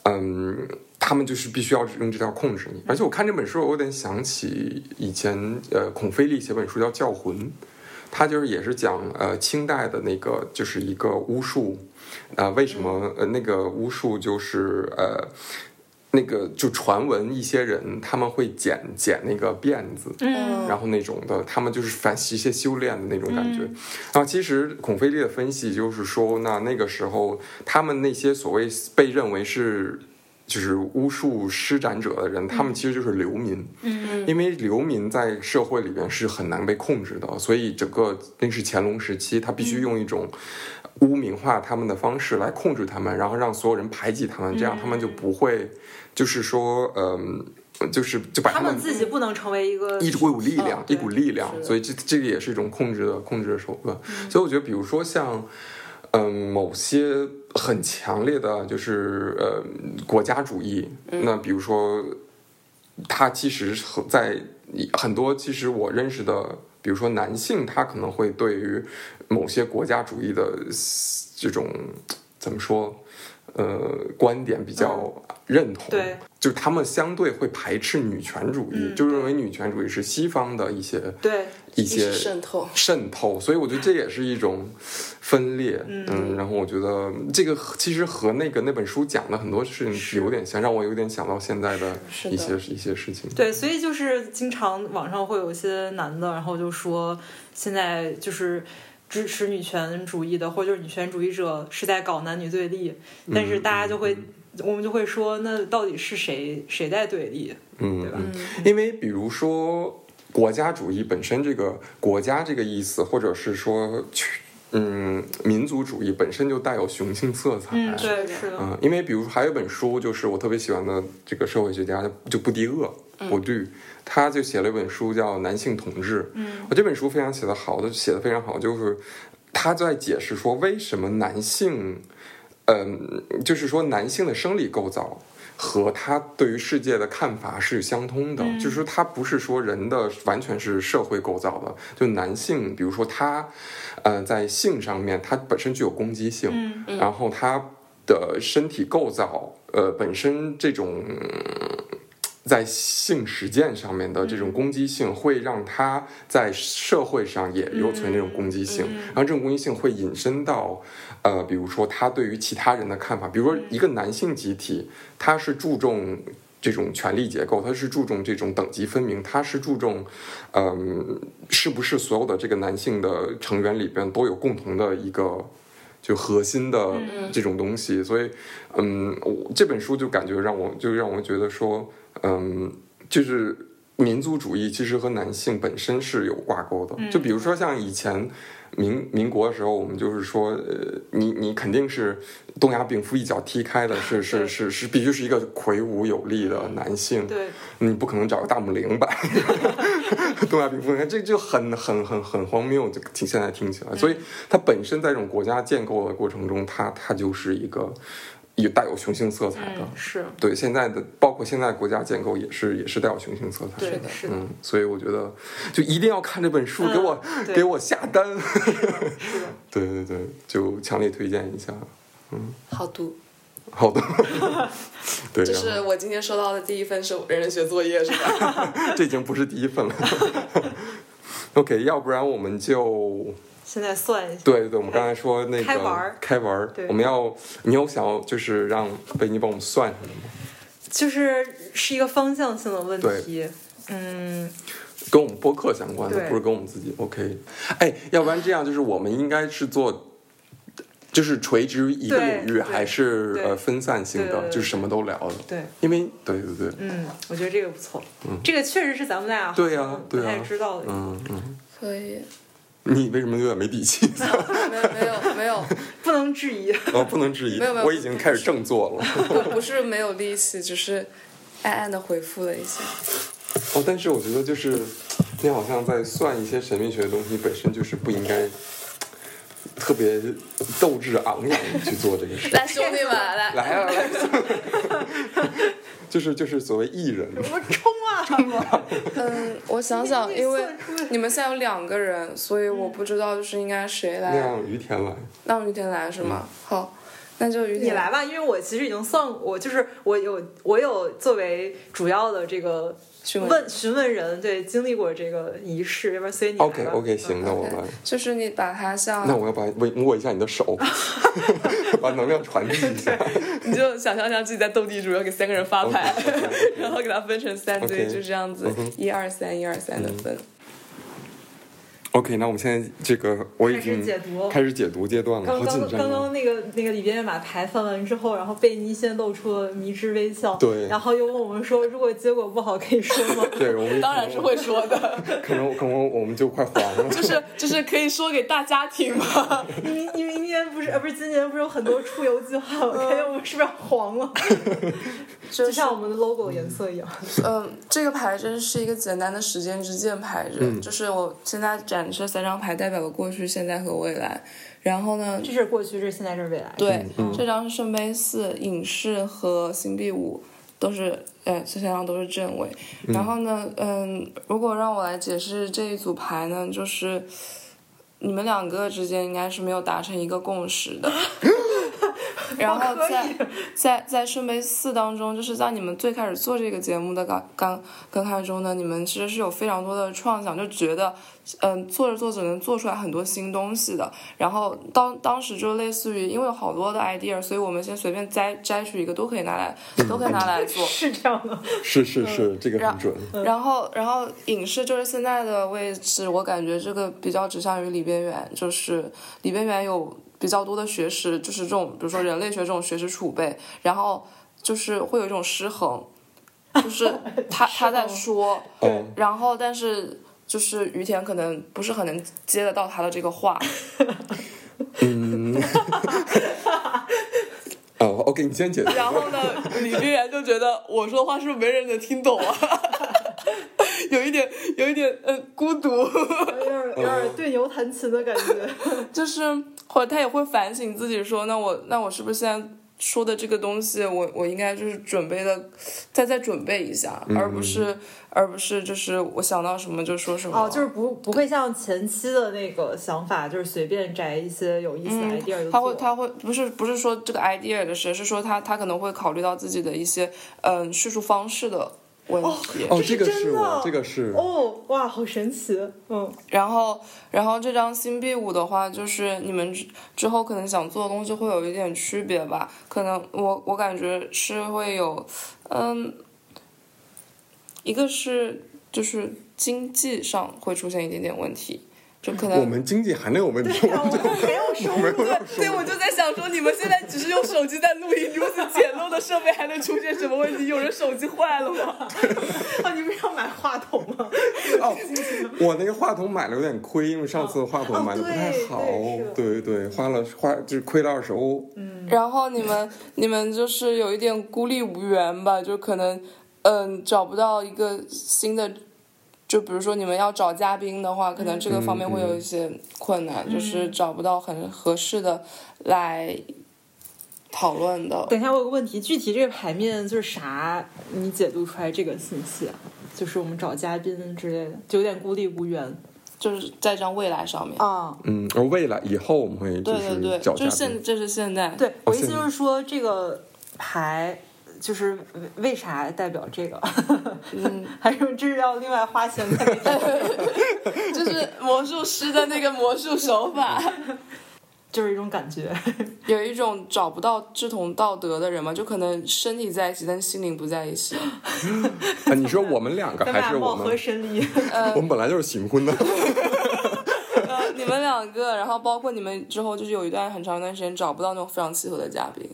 S1: 嗯，他们就是必须要用这条控制你。而且我看这本书，我有点想起以前呃孔飞利写本书叫《教魂》，他就是也是讲呃清代的那个就是一个巫术，啊、为什么
S2: 嗯
S1: 呃那个巫术就是呃。那个就传闻，一些人他们会剪剪那个辫子，
S2: 嗯
S1: 然后那种的，他们就是反一些修炼的那种感觉。然后其实孔飞利的分析就是说，那那个时候他们那些所谓被认为是。就是巫术施展者的人，他们其实就是流民，
S2: 嗯
S1: 因为流民在社会里边是很难被控制的，所以整个那是乾隆时期，他必
S2: 嗯
S1: 须用一种污名化他们的方式来控制他们，然后让所有人排挤他们，这样他们
S2: 嗯
S1: 就不会，就是说，嗯、就是就把
S2: 他们自己不能成为一个
S1: 一股力量，一
S2: 对
S1: 股力量，
S3: 是
S1: 所以这这个也是一种控制的控制的手段。所以我觉得，比如说像，嗯、某些很强烈的就是呃国家主义，那比如说，他其实和在很多其实我认识的，比如说男性，他可能会对于某些国家主义的呃这种怎么说？呃，观点比较认同，
S2: 对，
S1: 就他们相对会排斥女权主义，
S2: 嗯
S1: 就认为女权主义是西方的一些
S2: 对，
S1: 一
S3: 意识
S1: 些
S3: 渗透，
S1: 渗透，所以我觉得这也是一种分裂。嗯然后我觉得这个其实和那个那本书讲的很多事情有点像，让我有点想到现在的
S3: 是
S1: 一
S3: 是
S1: 些
S3: 的
S1: 一些事情。
S2: 对，所以就是经常网上会有一些男的，然后就说现在就是支持女权主义的，或者就是女权主义者是在搞男女对立，
S1: 嗯
S2: 但是大家就会，我们就会说，那到底是谁谁在对立？
S1: 嗯，嗯因为比如说国家主义本身这个国家这个意思，或者是说去嗯民族主义本身就带有雄性色彩。
S2: 嗯，对，是的，
S1: 嗯，因为比如还有一本书，就是我特别喜欢的这个社会学家就布迪厄，布迪，他就写了一本书叫《男性同志》。
S2: 嗯
S1: 我这本书非常写得好，的写得非常好，就是他在解释说为什么男性，嗯、就是说男性的生理构造。和他对于世界的看法是相通的，
S2: 嗯
S1: 就是说他不是说人的完全是社会构造的，就男性，比如说他，呃，在性上面他本身具有攻击性，
S2: 嗯
S1: 然后他的身体构造，呃，本身这种在性实践上面的这种攻击性，会让他在社会上也留存这种攻击性，然后这种攻击性会引申到，呃，比如说他对于其他人的看法，比如说一个男性集体，他是注重。这种权力结构，他是注重这种等级分明，他是注重，嗯，是不是所有的这个男性的成员里边都有共同的一个就核心的
S2: 嗯
S1: 这种东西，所以，嗯，我这本书就感觉让我就让我觉得说，嗯，就是民族主义其实和男性本身是有挂钩的。
S2: 嗯
S1: 就比如说像以前民民国的时候，我们就是说，呃，你你肯定是东亚病夫一脚踢开的，是是是是，必须是一个魁梧有力的男性，
S2: 对，
S1: 你不可能找个大母零吧？ 东亚病夫，你看这就很很很很荒谬，就听现在听起来，所以它本身在这种国家建构的过程中，它它就是一个有带有雄性色彩的。
S2: 嗯，是，
S1: 对现在的，包括现在国家建构也是也是带有雄性色彩
S2: 对
S1: 的。
S2: 的，是的，
S1: 嗯，所以我觉得就一定要看这本书，
S2: 嗯
S1: 给我
S2: 对
S1: 给我下单。
S2: 是的，
S1: 对对对，就强烈推荐一下。
S3: 好读。
S1: 好的， 对，
S3: 这
S1: 然
S3: 是
S1: 后
S3: 我今天收到的第一份是人人学作业，是吧？
S1: 这已经不是第一份了。OK，要不然我们就
S2: 现在算一下，
S1: 对对对，我们刚才说那个
S2: 开玩儿
S1: 开玩儿
S2: 对
S1: 我们要你有想要就是让贝尼帮我们算什么吗？
S2: 就是是一个方向性的问
S1: 对
S2: 题，嗯，
S1: 跟我们播客相关的，
S2: 对
S1: 不是跟我们自己。OK，哎，要不然这样就是我们应该是做。就是垂直于一个
S2: 对
S1: 领域，
S2: 对
S1: 还是
S2: 对
S1: 呃分散性
S2: 对
S1: 的，
S2: 对对
S1: 就是什么都聊的。
S2: 对。
S1: 因为对对对，
S2: 嗯，我觉得这个不错，这个确实是咱们俩
S1: 对呀
S2: 好像
S1: 对呀
S2: 不太知道的，
S1: 嗯嗯，
S3: 可以。
S1: 你为什么有点没底气？
S3: 没有没有没有，
S2: 不能质疑。
S1: 哦，不能质疑
S3: 没有没，有
S1: 我已经开始振作了。
S3: 我不是没有力气，只是暗暗的回复了一下。
S1: 哦，但是我觉得就是你好像在算一些神秘学的东西，本身就是不应该特别斗志昂扬地去做这个事。
S3: 来，兄弟们，来，
S1: 来啊，来，就是就是所谓艺人，
S2: 我冲啊！冲啊！
S3: 嗯，我想想，
S2: 你
S3: 因为
S2: 算出来
S3: 你们现在有两个人，所以我不知道就是应该谁
S1: 那
S3: 来，
S1: 样嗯于田来，
S3: 让于天来是吗？好，那就于
S2: 你
S3: 天
S2: 来。吧，因为我其实已经算过，我就是我有我有作为主要的这个
S3: 询问
S2: 问询问人，对，经历过这个仪式，要不然所以你来吧
S1: OK OK，行，那我
S3: OK，
S1: 来。
S3: 就是你把它像，
S1: 那我要把摸摸一下你的 手， 把能量传递一下。
S3: 你就想象一下自己在斗地主，要给三个人发牌， 然后给它分成三队，
S1: 哦 OK
S3: 就这样子
S1: 嗯，哼嗯
S3: 一二三，一二三的分。
S1: OK，那我们现在这个我已
S2: 开
S1: 经
S2: 始解读
S1: 开始解读阶段了，
S2: 刚
S1: 好
S2: 刚
S1: 紧张啊！
S2: 刚刚那个那个里边把牌翻完之后，然后贝妮先露出了迷之微笑，
S1: 对
S2: 然后又问我们说，如果结果不好可以说吗？
S1: 对，我们
S3: 当然是会说的，
S1: 可能可能我们就快黄了。
S3: 就是就是可以说给大家听嘛。
S2: 你明你明年不是呃不是今年不是有很多出游计划吗？
S1: 嗯
S2: 感觉我们是不是要黄了？
S3: 就
S2: 就像我们的 logo 颜色一样。
S3: 嗯，这个牌阵是一个简单的时间之箭牌阵，就是我现在展示三张牌代表了过去、现在和未来。然后呢，
S2: 这是过去，这是现在，这是未来。
S3: 对，这张是圣杯四、隐士和星币五，都是呃，这三张都是正位。然后呢，嗯，如果让我来解释这一组牌呢，就是你们两个之间应该是没有达成一个共识的。然后
S2: 可以
S3: 在在在圣杯四当中，就是在你们最开始做这个节目的刚刚刚开始中呢，你们其实是有非常多的创想，就觉得嗯做着做着能做出来很多新东西的。然后当当时就类似于，因为有好多的 idea，所以我们先随便摘摘取一个都可以拿来都可以拿来做。
S2: 是这样的，
S1: 是是是，这个很准。
S3: 嗯然后，然后影视就是现在的位置，我感觉这个比较指向于里边缘，就是里边缘有比较多的学识，就是这种比如说人类学这种学识储备，然后就是会有一种失衡，就是他他在说，
S1: 嗯，
S3: 然后但是就是于田可能不是很能接得到他的这个话，
S1: 哦，OK，你先解读。
S3: 然后呢，李冰然就觉得我说话是不是没人能听懂啊？ 有一点，有一点，呃，孤独。
S2: 有点有点对牛弹琴的感觉。
S3: 就是或者他也会反省自己说，那我那我是不是现在说的这个东西，我我应该就是准备的，再再准备一下，而不是而不是就是我想到什么就说什么。
S2: 哦，就是不不会像前期的那个想法，就是随便摘一些有意思的 idea 就做。
S3: 他会，他会不是不是说这个 idea 的事，是说他他可能会考虑到自己的一些嗯叙述方式的问题。
S1: 哦，这
S2: 这是
S1: 个
S2: 真
S1: 是
S2: 的
S1: 我，这个是
S2: 哦，哇，好神奇，嗯，
S3: 然后，然后这张新币五的话，就是你们之之后可能想做的东西会有一点区别吧。可能我我感觉是会有，嗯，一个是就是经济上会出现一点点问题，就可能
S1: 我们经济还能有问题
S2: 对呀、
S1: 吗？
S2: 哎我们没有收入，
S3: 对，我就在想说，你们现在只是用手机在录音，如此简陋的设备还能出现什么问题？有人手机坏了吗？
S2: 啊，你不是要买话筒吗？
S1: 哦，我那个话筒买了有点亏，因为上次话筒买的不太好
S2: 哦哦，
S1: 对对对，花了花就是亏了二十欧。
S3: 然后你们你们就是有一点孤立无援吧，就可能嗯找不到一个新的，就比如说你们要找嘉宾的话，可能这个方面会有一些困难，就是找不到很合适的来讨论的。
S2: 等一下，我有个问题，具体这个牌面就是啥？你解读出来这个信息、啊，就是我们找嘉宾之类的，就有点孤立无援
S3: 就是在这张未来上面。
S2: 啊。
S1: 嗯，而未来以后我们会就
S3: 对对
S1: 是
S3: 对，
S1: 脚
S3: 就是
S1: 下
S3: 现，这是现在。
S2: 对，我意思
S1: 现
S2: 就是说这个牌。就是为啥代表这个？嗯， 还是这是要另外花钱才可以代表？
S3: 就是魔术师的那个魔术手法。
S2: 就是一种感觉。
S1: 啊
S3: 有一种找不到志同道德的人嘛，就可能身体在一起，但心灵不在一起。
S1: 啊，你说我们两个
S2: 咱
S1: 还
S2: 俩
S1: 是我
S2: 貌合
S1: 们？
S2: 神离，
S1: 我们本来就是新婚的，
S3: 呃你们两个，然后包括你们之后，就是有一段很长一段时间找不到那种非常契合的嘉宾。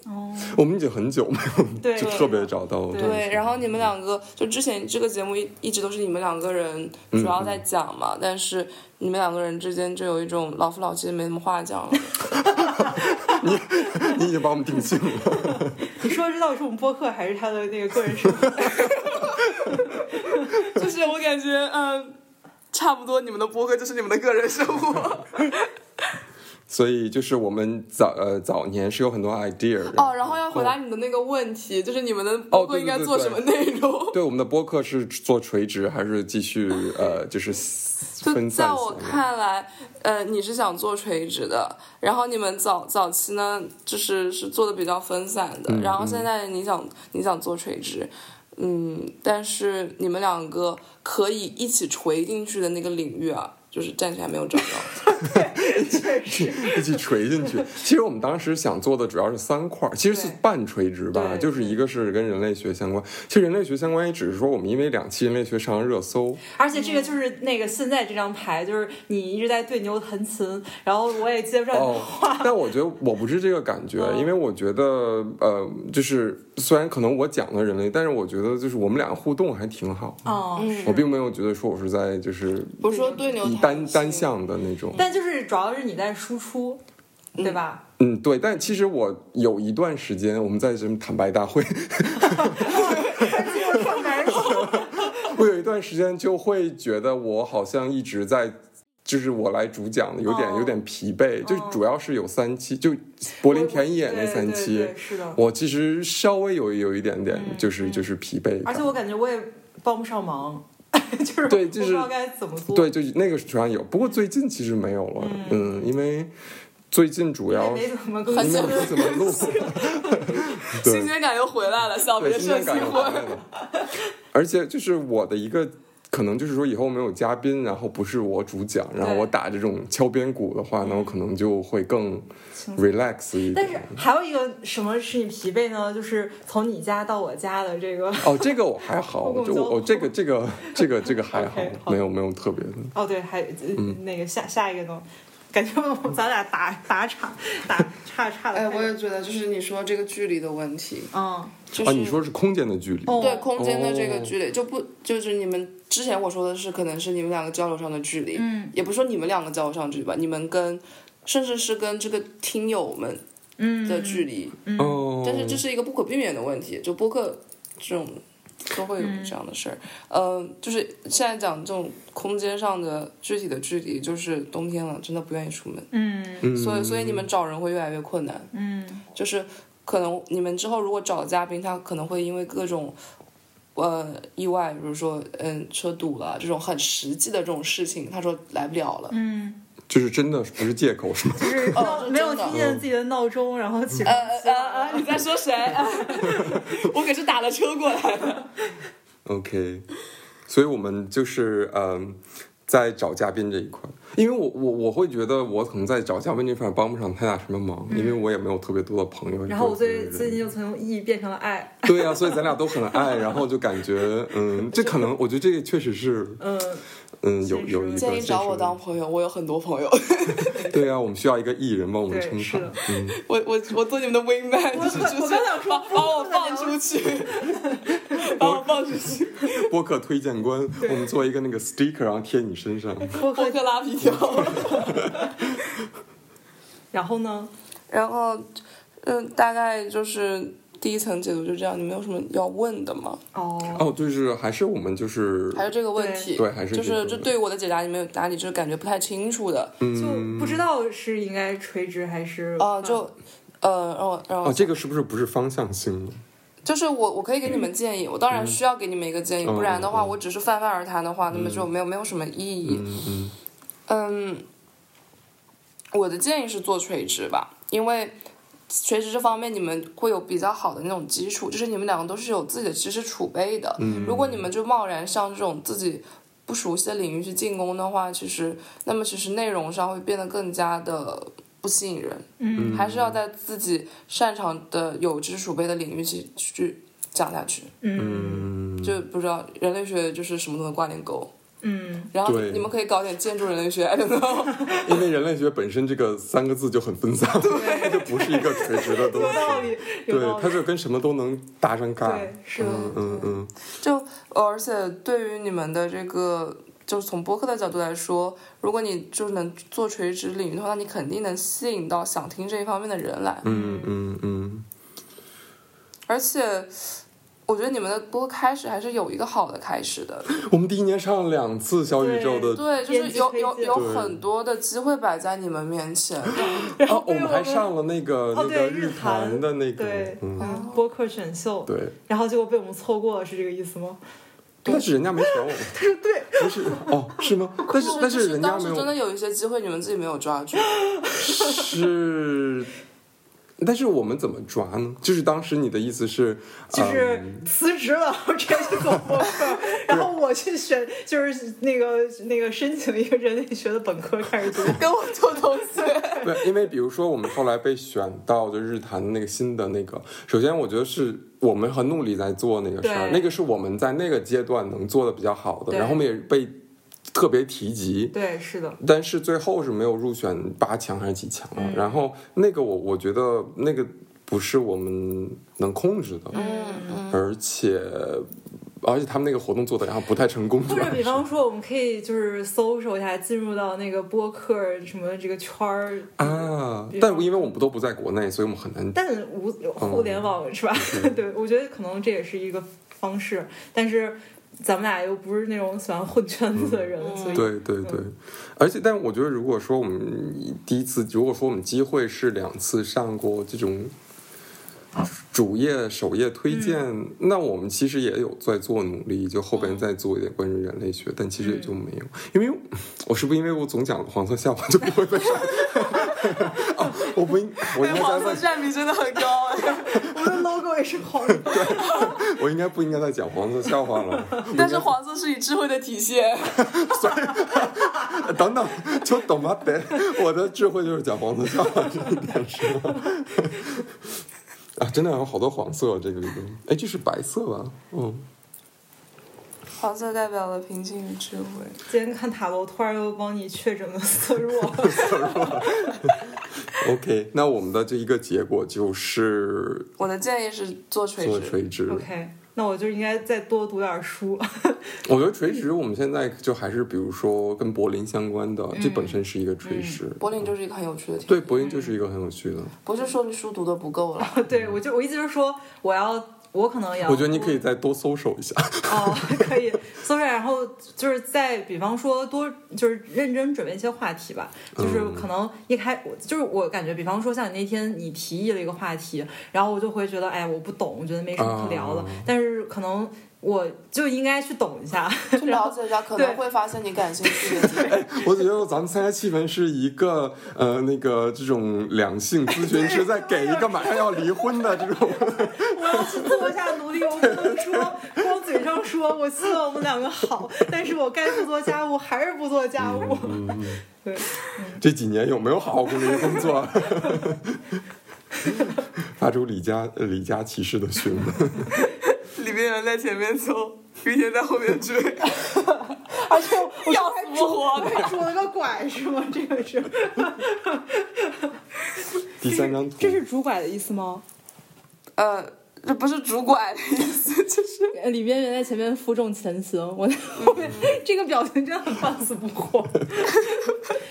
S1: 我们已经很久没有，
S2: 对
S1: 就特别找到。
S2: 对
S3: 对，然后你们两个就之前这个节目一一直都是你们两个人主要在讲嘛，但是你们两个人之间就有一种老夫老妻没什么话讲了。
S1: 你已经把我们定性了。
S2: 你说这到底是我们播客还是他的那个个人生活？
S3: 就是我感觉，嗯，差不多你们的播客就是你们的个人生活
S1: 所以就是我们早呃早年是有很多 idea
S3: 哦。然后要回答你的那个问题，就是你们的播客应该做什么内容？
S1: 对我们的播客是做垂直还是继续呃就是
S3: 就
S1: 分
S3: 在
S1: 散
S3: 我
S1: 型的？
S3: 看来，呃，你是想做垂直的，然后你们早早期呢，就是是做的比较分散
S1: 嗯
S3: 的，然后现在你想你想做垂直，嗯，但是你们两个可以一起垂进去的那个领域啊，就是暂时还没有找到。
S2: 确实，
S1: 一起垂进 去。其实我们当时想做的主要是三块儿，其实是
S2: 对
S1: 半垂直吧，
S2: 对
S1: 就是一个是跟人类学相关。其实人类学相关也只是说我们因为两期人类学上了热搜，
S2: 而且这个就是那个现在这张牌，就是你一直在对牛弹琴，然后我也接不上你的
S1: 哦
S2: 话。，
S1: 但我觉得我不是这个感觉，
S3: 嗯
S1: 因为我觉得呃，就是虽然可能我讲了人类，但是我觉得就是我们俩互动还挺好。
S2: 哦，
S1: 我并没有觉得说我是在就是
S3: 不是说 对牛
S1: 以
S3: 弹
S1: 单
S3: 琴
S1: 单向的那
S3: 嗯
S1: 种，
S2: 但就是主要是你在输出，对吧？
S1: 嗯，对。但其实我有一段时间我们在什么坦白大会，
S2: 很难受。
S1: 我有一段时间就会觉得我好像一直在。就是我来主讲的，有点
S2: 哦
S1: 有点疲惫，就主要是有三期，就柏林田野那
S2: 对
S1: 三期，
S2: 对对是的。
S1: 我其实稍微有有一点点，就是就是疲惫
S2: 而
S1: 感
S2: 且。我感觉我也帮不上忙， 就是
S1: 对
S2: 我
S1: 就是
S2: 不知道该怎么做，
S1: 对，就那个船有，不过最近其实没有了，嗯，因为最近主
S2: 也
S1: 要
S2: 没怎么更
S1: 因
S2: 新
S1: 为
S3: 久。
S1: 不怎么录，
S3: 新
S1: 对
S3: 鲜感又回来了，小
S1: 对，
S3: 别
S1: 新
S3: 胜
S1: 鲜
S3: 新
S1: 感有
S3: 婚。
S1: 了。而且就是我的一个。可能就是说，以后没有嘉宾，然后不是我主讲，然后我打这种敲边鼓的话，那我可能就会更 relax 一
S2: 但是
S1: 点。
S2: 还有一个什么是你疲惫呢？就是从你家到我家的这个，
S1: 哦，这个我还好
S2: 公，共
S1: 就
S2: 交
S1: 我我
S2: 通
S1: 这个这个这个 这个还好
S2: OK，，好
S1: 没有没有特别的。
S2: 哦对，还、呃
S1: 嗯
S2: 那个下下一个呢？感觉我咱俩打打岔打岔岔的。
S3: 哎，我也觉得，就是你说这个距离的问题，
S2: 嗯，
S3: 就
S1: 啊，
S3: 是、
S1: 你说是空间的距离，
S2: 哦
S3: 对空间的这个
S1: 哦
S3: 距离，就不就是你们之前我说的是，可能是你们两个交流上的距离，嗯，也不是说你们两个交流上的距离吧，你们跟甚至是跟这个听友们的距离，
S1: 哦，
S3: 但是这是一个不可避免的问题，就播客这种都会有这样的事儿。呃，就是现在讲这种空间上的具体的距离，就是冬天了，真的不愿意出门，嗯，所以所以你们找人会越来越困难，嗯，就是可能你们之后如果找嘉宾，他可能会因为各种。呃，意外，比如说，嗯，车堵了这种很实际的这种事情，他说来不了了，
S2: 嗯
S1: 就是真的不是借口是吗？
S2: 就是闹
S3: 是
S2: 没有
S3: 嗯哦真的
S2: 听见自己的闹钟，然后起床
S3: 呃呃呃，你在说 谁？ 我可是打了车过来的。
S1: OK，所以我们就是嗯、在找嘉宾这一块，因为我我我会觉得我可能在找嘉宾这块帮不上太大什么忙，
S3: 嗯
S1: 因为我也没有特别多的朋友。
S2: 然后我
S1: 也没有特别多
S2: 最
S1: 的
S2: 最近
S1: 人
S2: 就从 E 变成了 I，
S1: 对呀、所以咱俩都很爱，然后就感觉嗯，这可能我觉得这个确实是
S2: 嗯，
S1: 嗯有有一个
S3: 建议找我当朋友，我有很多朋友，
S1: 对啊呀、我们需要一个艺人帮我们嗯撑
S2: 对，是
S1: 场
S2: 的。。
S3: 我我我做你们的 wing man，
S2: 我
S3: 就是出
S2: 我
S3: 去
S2: 刚想说
S3: 把把我放出去， 把我放出去，
S1: 播客推荐官，我们做一个那个 sticker，然后贴你身 上。
S2: 播
S3: 博
S2: 客，
S3: 客拉皮 条。
S2: 然后呢？
S3: 然后，嗯，大概就是第一层解读就这样。你们有什么要问的吗？
S2: 哦，
S1: 哦，就是还是我们就是
S3: 还是这个问题？
S1: 对对还是
S3: 就
S1: 这个
S3: 是
S1: 问题
S3: 就对我的解答，你们有哪里就是感觉不太清楚的？嗯，
S2: 就不知道是应该垂直还是
S3: 哦，就。呃，让我让我
S1: 哦，这个是不是不是方向性的？
S3: 就是我，我可以给你们建议，我当然需要给你们一个建议，
S1: 嗯
S3: 不然的话，
S1: 嗯嗯
S3: 我只是泛泛而谈的话，那么就没有没有什么意义。
S1: 嗯嗯
S3: 嗯，我的建议是做垂直吧，因为垂直这方面你们会有比较好的那种基础，就是你们两个都是有自己的知识储备的。如果你们就贸然向这种自己不熟悉的领域去进攻的话，其实那么其实内容上会变得更加的不吸引人。嗯，还是要在自己擅长的有知识储备的领域去去讲下去。
S2: 嗯
S1: 嗯，
S3: 就不知道人类学就是什么都能挂点钩。
S2: 嗯，
S3: 然后
S1: 对
S3: 你们可以搞点建筑人类学，I don't know。
S1: 因为人类学本身这个三个字就很分散，它就不是一个垂直的东
S2: 有道理
S1: 西，，
S2: 有道
S1: 对，它
S2: 理，
S1: 就跟什么都能搭上杠。
S2: 对，是的，
S1: 嗯嗯，
S3: 就而且对于你们的这个，就是从播客的角度来说，如果你就是能做垂直领域的话，那你肯定能吸引到想听这一方面的人来。
S1: 嗯嗯嗯，
S3: 而且，我觉得你们的播客开始还是有一个好的开始 的，
S1: 我们第一年上了两次小宇宙的，
S3: 对，就
S2: 编
S3: 是
S2: 辑
S3: 有
S2: 推
S3: 有
S2: 荐
S3: 有
S1: 对
S3: 很多的机会摆在你们面前。
S1: 哦，我们还上了那个那个
S2: 哦对
S1: 日
S2: 日坛
S1: 坛的那个
S2: 对，，
S1: 嗯，
S2: 嗯，
S3: 哦
S2: 播客选秀，
S1: 对，啊
S2: 然后结果被我们错过了，是这个意思吗？
S1: 但是人家没选我们，对，不是哦，是吗？但是但
S3: 就是
S1: 人家
S3: 当
S1: 没
S3: 时
S1: 有
S3: 真的有一些机会，你们自己没有抓住。
S1: 是，但是我们怎么抓呢？就是当时你的意思是，
S2: 就是
S1: 嗯
S2: 辞职了，然后直接去走 播客，然后我去选，就是那个那个申请一个人类学的本科开始读。
S3: 跟我做同学，
S1: 对，因为比如说我们后来被选到就日坛的那个新的那个，首先我觉得是我们很努力在做那个事儿，
S2: 对
S1: 那个是我们在那个阶段能做的比较好的，
S2: 对
S1: 然后我们也被特别提及。
S2: 对，是的，
S1: 但是最后是没有入选八强还是几强
S2: 嗯
S1: 啊？然后那个我我觉得那个不是我们能控制的，
S3: 嗯，
S1: 而且而且他们那个活动做的然后不太成功，啊
S2: 或
S1: 主要
S2: 者比
S1: 是
S2: 方说，我们可以就是搜索一下，进入到那个播客什么这个圈儿，
S1: 啊
S2: 比，
S1: 但
S2: 方
S1: 因为我们都不在国内，所以我们很难。
S2: 但无互联网
S1: 嗯
S2: 是吧？ 对，我觉得可能这也是一个方式，但是咱们俩又不是那种喜欢混圈子的人，所
S1: 嗯
S2: 以
S1: 对对
S3: 嗯
S1: 对，而且但我觉得，如果说我们第一次，如果说我们机会是两次上过这种主页、首页
S3: 嗯
S1: 推荐，那我们其实也有在做努力，就后
S3: 嗯
S1: 边再做一点关于人类学，但其实也就没有，因为我是不是因为我总讲黄色笑话就不会被 上？啊，我不应，我应该在在
S3: 占比真的很高哎，
S2: 我们的 logo 也是黄色。
S1: 我应该不应该再讲黄色笑话了？
S3: 但是黄色是你智慧的 体现。
S1: 等等，就懂吧，得， 我的智慧就是讲黄色笑话这一点是吗？ 啊，真的有好多黄色这个里边，哎，这是白色吧？嗯，
S3: 黄色代表了平静与智慧。
S2: 今天看塔罗，突然又帮你确诊了 色弱。
S1: OK，那我们的这一个结果就是
S3: 我的建议是做垂
S1: 做
S3: 直，
S1: 垂直。
S2: OK，那我就应该再多读点书。
S1: 我觉得垂直，我们现在就还是比如说跟柏林相关的，这本身是一个垂直。
S3: 柏林就是一个很有趣的体
S1: 对，柏林就是一个很有趣的，
S3: 不是说你书读的不够 了，
S2: 对，我就我意思就是说，我要我可能也要，
S1: 我觉得你可以再多搜索一下。
S2: 哦， 可以搜出来，然后就是再比方说多就是认真准备一些话题吧，就是可能一开我就是我感觉，比方说像你那天你提议了一个话题，然后我就会觉得哎呀我不懂，我觉得没什么可聊的，
S1: 啊
S2: 但是可能我就应该去懂一下，
S3: 去了解一下，可能
S2: 对
S3: 会发现你感兴趣的点。
S1: 我觉得咱们参加气氛是一个呃，那个这种两性咨询师在给一个马上要离婚的这 种，
S2: 我要去做一下努力，我不能说光嘴上说我希望我们两个好，但是我该不做家务还是不做家务。对，
S1: 这几年有没有好好努力工作？ 发出李佳呃李佳骑士的询 问，
S3: 里面有人在前面搜，雨天在后面追， 而且我要死不活 的。
S2: 拄了个拐是吗？这个是
S1: 第三张图
S2: 这是拄拐的意思吗？
S3: 呃，这不是主管的意思，就是
S2: 呃李边缘在前面负重前行，我 在后面，这个表情真的很半死不活。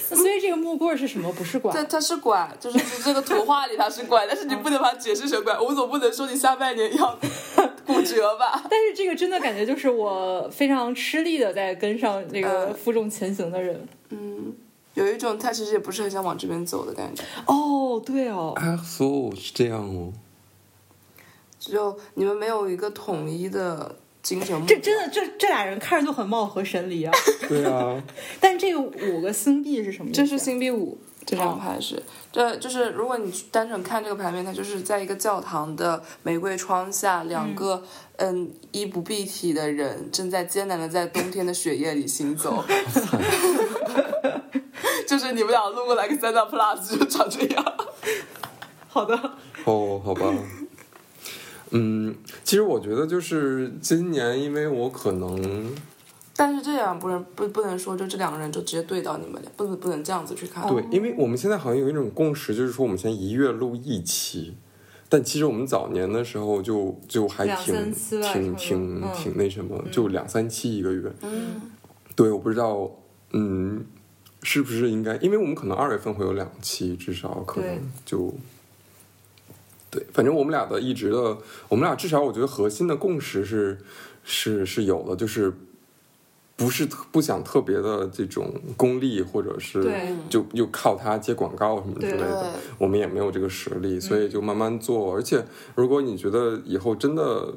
S2: 那 所以这个木棍儿是什么？不是拐
S3: 它它是管，就是这个图画里它是管，但是你不能把它解释成管，我总不能说你下半年要 骨折吧？
S2: 但是这个真的感觉就是我非常吃力的在跟上这个
S3: 嗯
S2: 负重前行的人。
S3: 有一种他其实也不是很想往这边走的感觉。
S2: 哦，对哦，
S1: 啊，所以是这样哦，
S3: 就你们没有一个统一的精神目
S2: 这
S3: 标，
S2: 真的这这俩人看着就很貌合神离啊。
S1: 对啊，
S2: 但这个五个星币是什么意思
S3: 这
S2: 啊？
S3: 是星币五这张牌是，这就是如果你单纯看这个牌面，它就是在一个教堂的玫瑰窗下，两个嗯衣不蔽体的人正在艰难的在冬天的雪夜里行走。 就是你们俩路过来个三大 plus 就长这样，
S2: 好的，
S1: 哦，好吧。嗯，其实我觉得就是今年，因为我可能
S3: 但是这样不能不不能说就这两个人就直接对到你们俩，不能不能这样子去
S2: 哦
S3: 看。
S1: 对，因为我们现在好像有一种共识，就是说我们现在一月录一期，但其实我们早年的时候就就还
S2: 两
S1: 挺
S2: 三期吧
S1: 挺
S2: 差不
S1: 挺
S2: 多嗯
S1: 挺那什么，就两三期一个月。
S3: 嗯
S1: 对，我不知道，嗯，是不是应该？因为我们可能二月份会有两期，至少可能
S2: 对
S1: 就对，反正我们俩的一直的，我们俩至少我觉得核心的共识是是是有的，就是不是特不想特别的这种功利，或者是
S2: 对
S1: 就又靠它接广告什么之类
S2: 对嗯
S3: 对，
S1: 的。我们也没有这个实力，所以就慢慢做。而且，如果你觉得以后真的，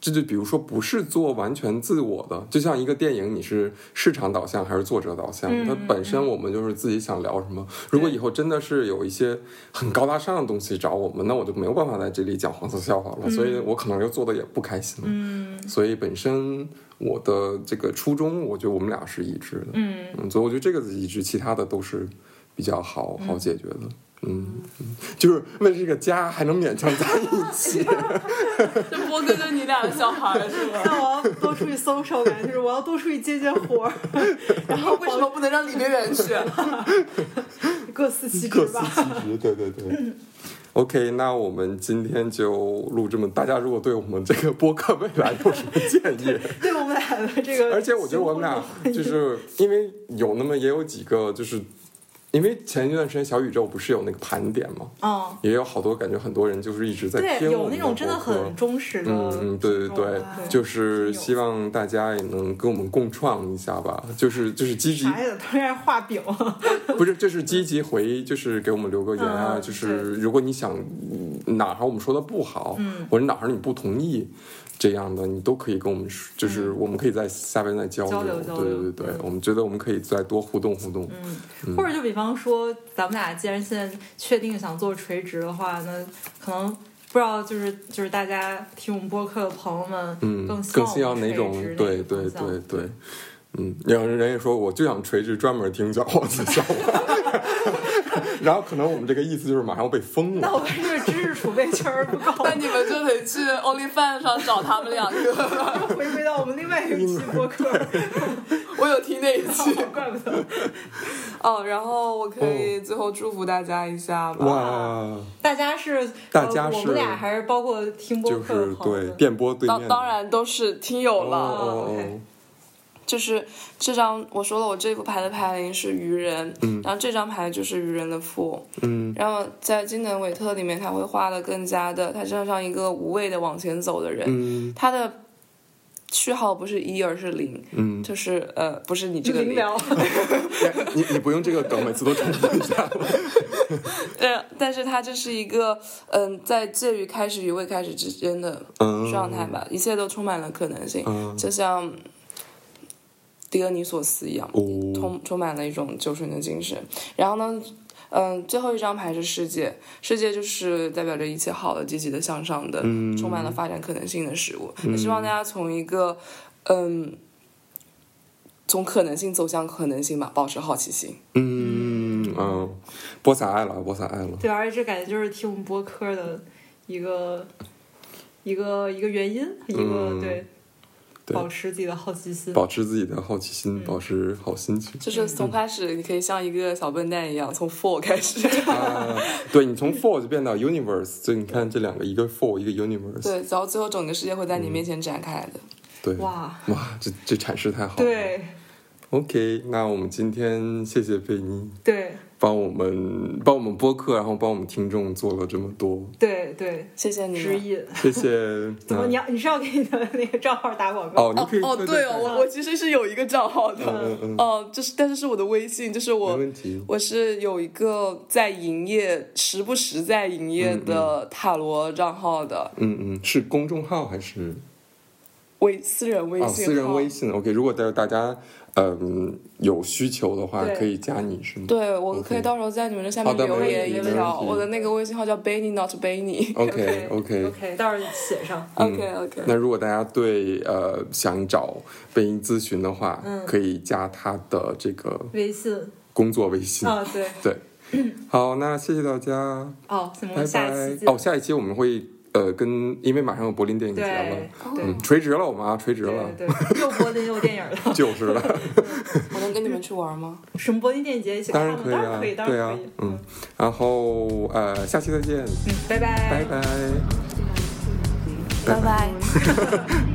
S1: 这就比如说不是做完全自我的，就像一个电影，你是市场导向还是作者导向？
S2: 嗯
S1: 它
S2: 嗯
S1: 本身我们就是自己想聊什么。如果以后真的是有一些很高大上的东西找我们，那我就没有办法在这里讲黄色笑话了，所以我可能又做的也不开心了。
S2: 嗯
S1: 所以本身我的这个初衷，我觉得我们俩是一致的。
S2: 嗯，
S1: 嗯，所以我觉得这个一致，其他的都是比较好好解决的。嗯，嗯就是为了这个家还能勉强在一起。
S3: 就波哥就你俩的小孩是吧？
S2: 那我要多出去 social 感，就是我要多出去接接活儿，然后
S3: 为什么不能让李别远 去？
S2: 各司其
S1: 各
S2: 职
S1: 司
S2: 吧。
S1: 其职，对对对。OK，那我们今天就录这么。大家如果对我们这个播客未来有什么建议，
S2: 对我们俩的这个，
S1: 而且我觉得我们俩就是因为有那么也有几个，就是因为前一段时间小宇宙不是有那个盘点嘛，
S2: 嗯，
S1: 也有好多感觉很多人就是一直在
S2: 对，
S1: 听我
S2: 有
S1: 们
S2: 那种
S1: 的
S2: 真的
S1: 播客
S2: 很忠实的，
S1: 嗯嗯，对对对
S2: 哇，
S1: 就是希望大家也能跟我们共创一下吧，就是就是积极，
S2: 啥呀？突然画饼，
S1: 不是就是积极回，就是给我们留个言啊，
S2: 嗯
S1: 就是如果你想嗯哪儿我们说的不好，
S2: 嗯
S1: 或者哪儿你不同意。这样的你都可以跟我们说，就是我们可以在下边再交
S2: 嗯交
S1: 流，
S2: 流嗯交
S1: 对
S2: 流
S1: 对对，我们觉得我们可以再多互动互动，嗯
S2: 或者就比方说，咱们俩既然现在确定想做垂直的话，那可能不知道就是就是大家听我们播客的朋友们，
S1: 嗯，
S2: 更
S1: 更希望
S2: 我们
S1: 哪种
S2: 垂直？
S1: 对对
S2: 方向
S1: 对对，嗯，有人也说我就想垂直专门听小王子笑话， 然后可能我们这个意思就是马上要被封
S2: 那
S1: 了。
S2: 我们这个知识储备确实不够，
S3: 那你们就得去 OnlyFans 上找他们两个。
S2: 又回归到我们另外一期播客，
S3: 我有听那一期
S2: 怪不得。
S3: 哦，然后我可以最后祝福大家一下吧。
S1: 哇，
S2: 大家是
S1: 大家
S2: 呃
S1: 是
S2: 我们俩还是包括听播
S1: 就
S2: 客的
S1: 是
S2: 朋友
S1: 对
S2: 们
S1: 电波对
S3: 当
S1: 面，
S3: 当然都是听友
S1: 哦
S3: 了，
S1: 哦哦
S2: OK，
S3: 就是这张我说了，我这副牌的牌灵是愚人，然后这张牌就是愚人的父，
S1: 嗯
S3: 然后在金能韦特里面，他会画的更加的，他就像一个无畏的往前走的人，
S1: 嗯
S3: 他的序号不是一而是零，
S1: 嗯，哎
S3: 就是呃不是你这
S2: 就
S3: 个
S2: 零
S3: 零，
S2: 聊，
S1: 你你不用这个梗，每次都重复一 下。
S3: 呃，但是他这是一个嗯、在介于开始与未开始之间的
S1: 嗯
S3: 状态吧，一切都充满了可能性，
S1: 嗯
S3: 就像狄俄尼索斯一样，
S1: 哦，
S3: 充充满了一种救赎的精神。然后呢，嗯，最后一张牌是世界，世界就是代表着一切好的、积极的、向上的，
S1: 嗯
S3: 充满了发展可能性的事物。也希望大家从一个，嗯，从可能性走向可能性吧，保持好奇心。
S1: 嗯嗯，播撒爱了，播撒爱了。
S2: 对，而且这感觉就是听我们播客的一个一个一个原因，一个、
S1: 嗯
S2: 对
S1: 对
S2: 保持自己的好奇心。
S1: 保持自己的好奇
S3: 嗯
S1: 心，保持好心情。
S3: 就是从开始，你可以像一个小笨蛋一样，从 four 开始。
S1: 啊， 对你
S3: 嗯
S1: 从 for 就变到 universe，所以你看这两个，一个 for，一个 universe，
S3: 对，然后最后整个世界会在你面前展开的。
S1: 对，
S2: 哇，
S1: 哇，这这阐释太好了。
S2: 对
S1: ，OK，那我们今天谢谢贝妮
S2: 对
S1: 帮我们帮我们播客，然后帮我们听众做了这么多，
S2: 对对，
S3: 谢谢你
S2: 指
S3: 们。
S2: 引。
S1: 谢 谢。
S2: 怎么
S1: 嗯
S2: 你要你是要给你的那个账号打广告？
S1: 哦，你可以
S3: 哦，对哦，我我其实是有一个账号的，
S1: 嗯嗯
S3: 哦，就是但是是我的微信，就是我
S1: 没问题。
S3: 我是有一个在营业，时不时在营业的塔罗账号的，
S1: 嗯嗯，是公众号还是
S3: 微私人微
S1: 哦
S3: 信号、
S1: 私人微信？OK，如果大大家嗯有需求的话，
S2: 对
S1: 可以加你是吗？
S3: 对，我可以
S1: OK
S3: 到时候在你们的下
S1: 好
S3: 面
S1: 的
S3: 留
S1: 没
S3: 言
S2: 问
S3: 一
S2: 题没
S3: 条。
S1: 问题
S3: 我的那个微信号叫 Benny not Benny。
S1: OK
S2: OK OK，到时候写上。
S3: OK OK，、
S1: 嗯那如果大家对呃想找贝音咨询的话，
S2: 嗯
S1: 可以加他的这个
S2: 微信
S1: 工作微信。
S2: 啊，对
S1: 对，好，那谢谢大家，
S2: 哦，那我
S1: 拜
S2: 们下一
S1: 拜哦
S2: 期。见
S1: 哦，。下一期我们会呃，跟因为马上有柏林电影节了
S2: 对，
S1: 嗯，垂直了我们啊，垂直了
S2: 对，对对，又柏林又电影了，
S1: 就是了，
S3: 我能跟你们去玩吗？
S2: 什么柏林电影节一起
S1: 当然可以
S2: 看吗？当然
S1: 啊
S2: 可以，，当
S1: 对
S2: 然
S1: 啊
S2: 可以，，嗯
S1: 嗯，然后呃，下期再见，
S2: 嗯，拜
S1: 拜拜。
S3: 拜拜。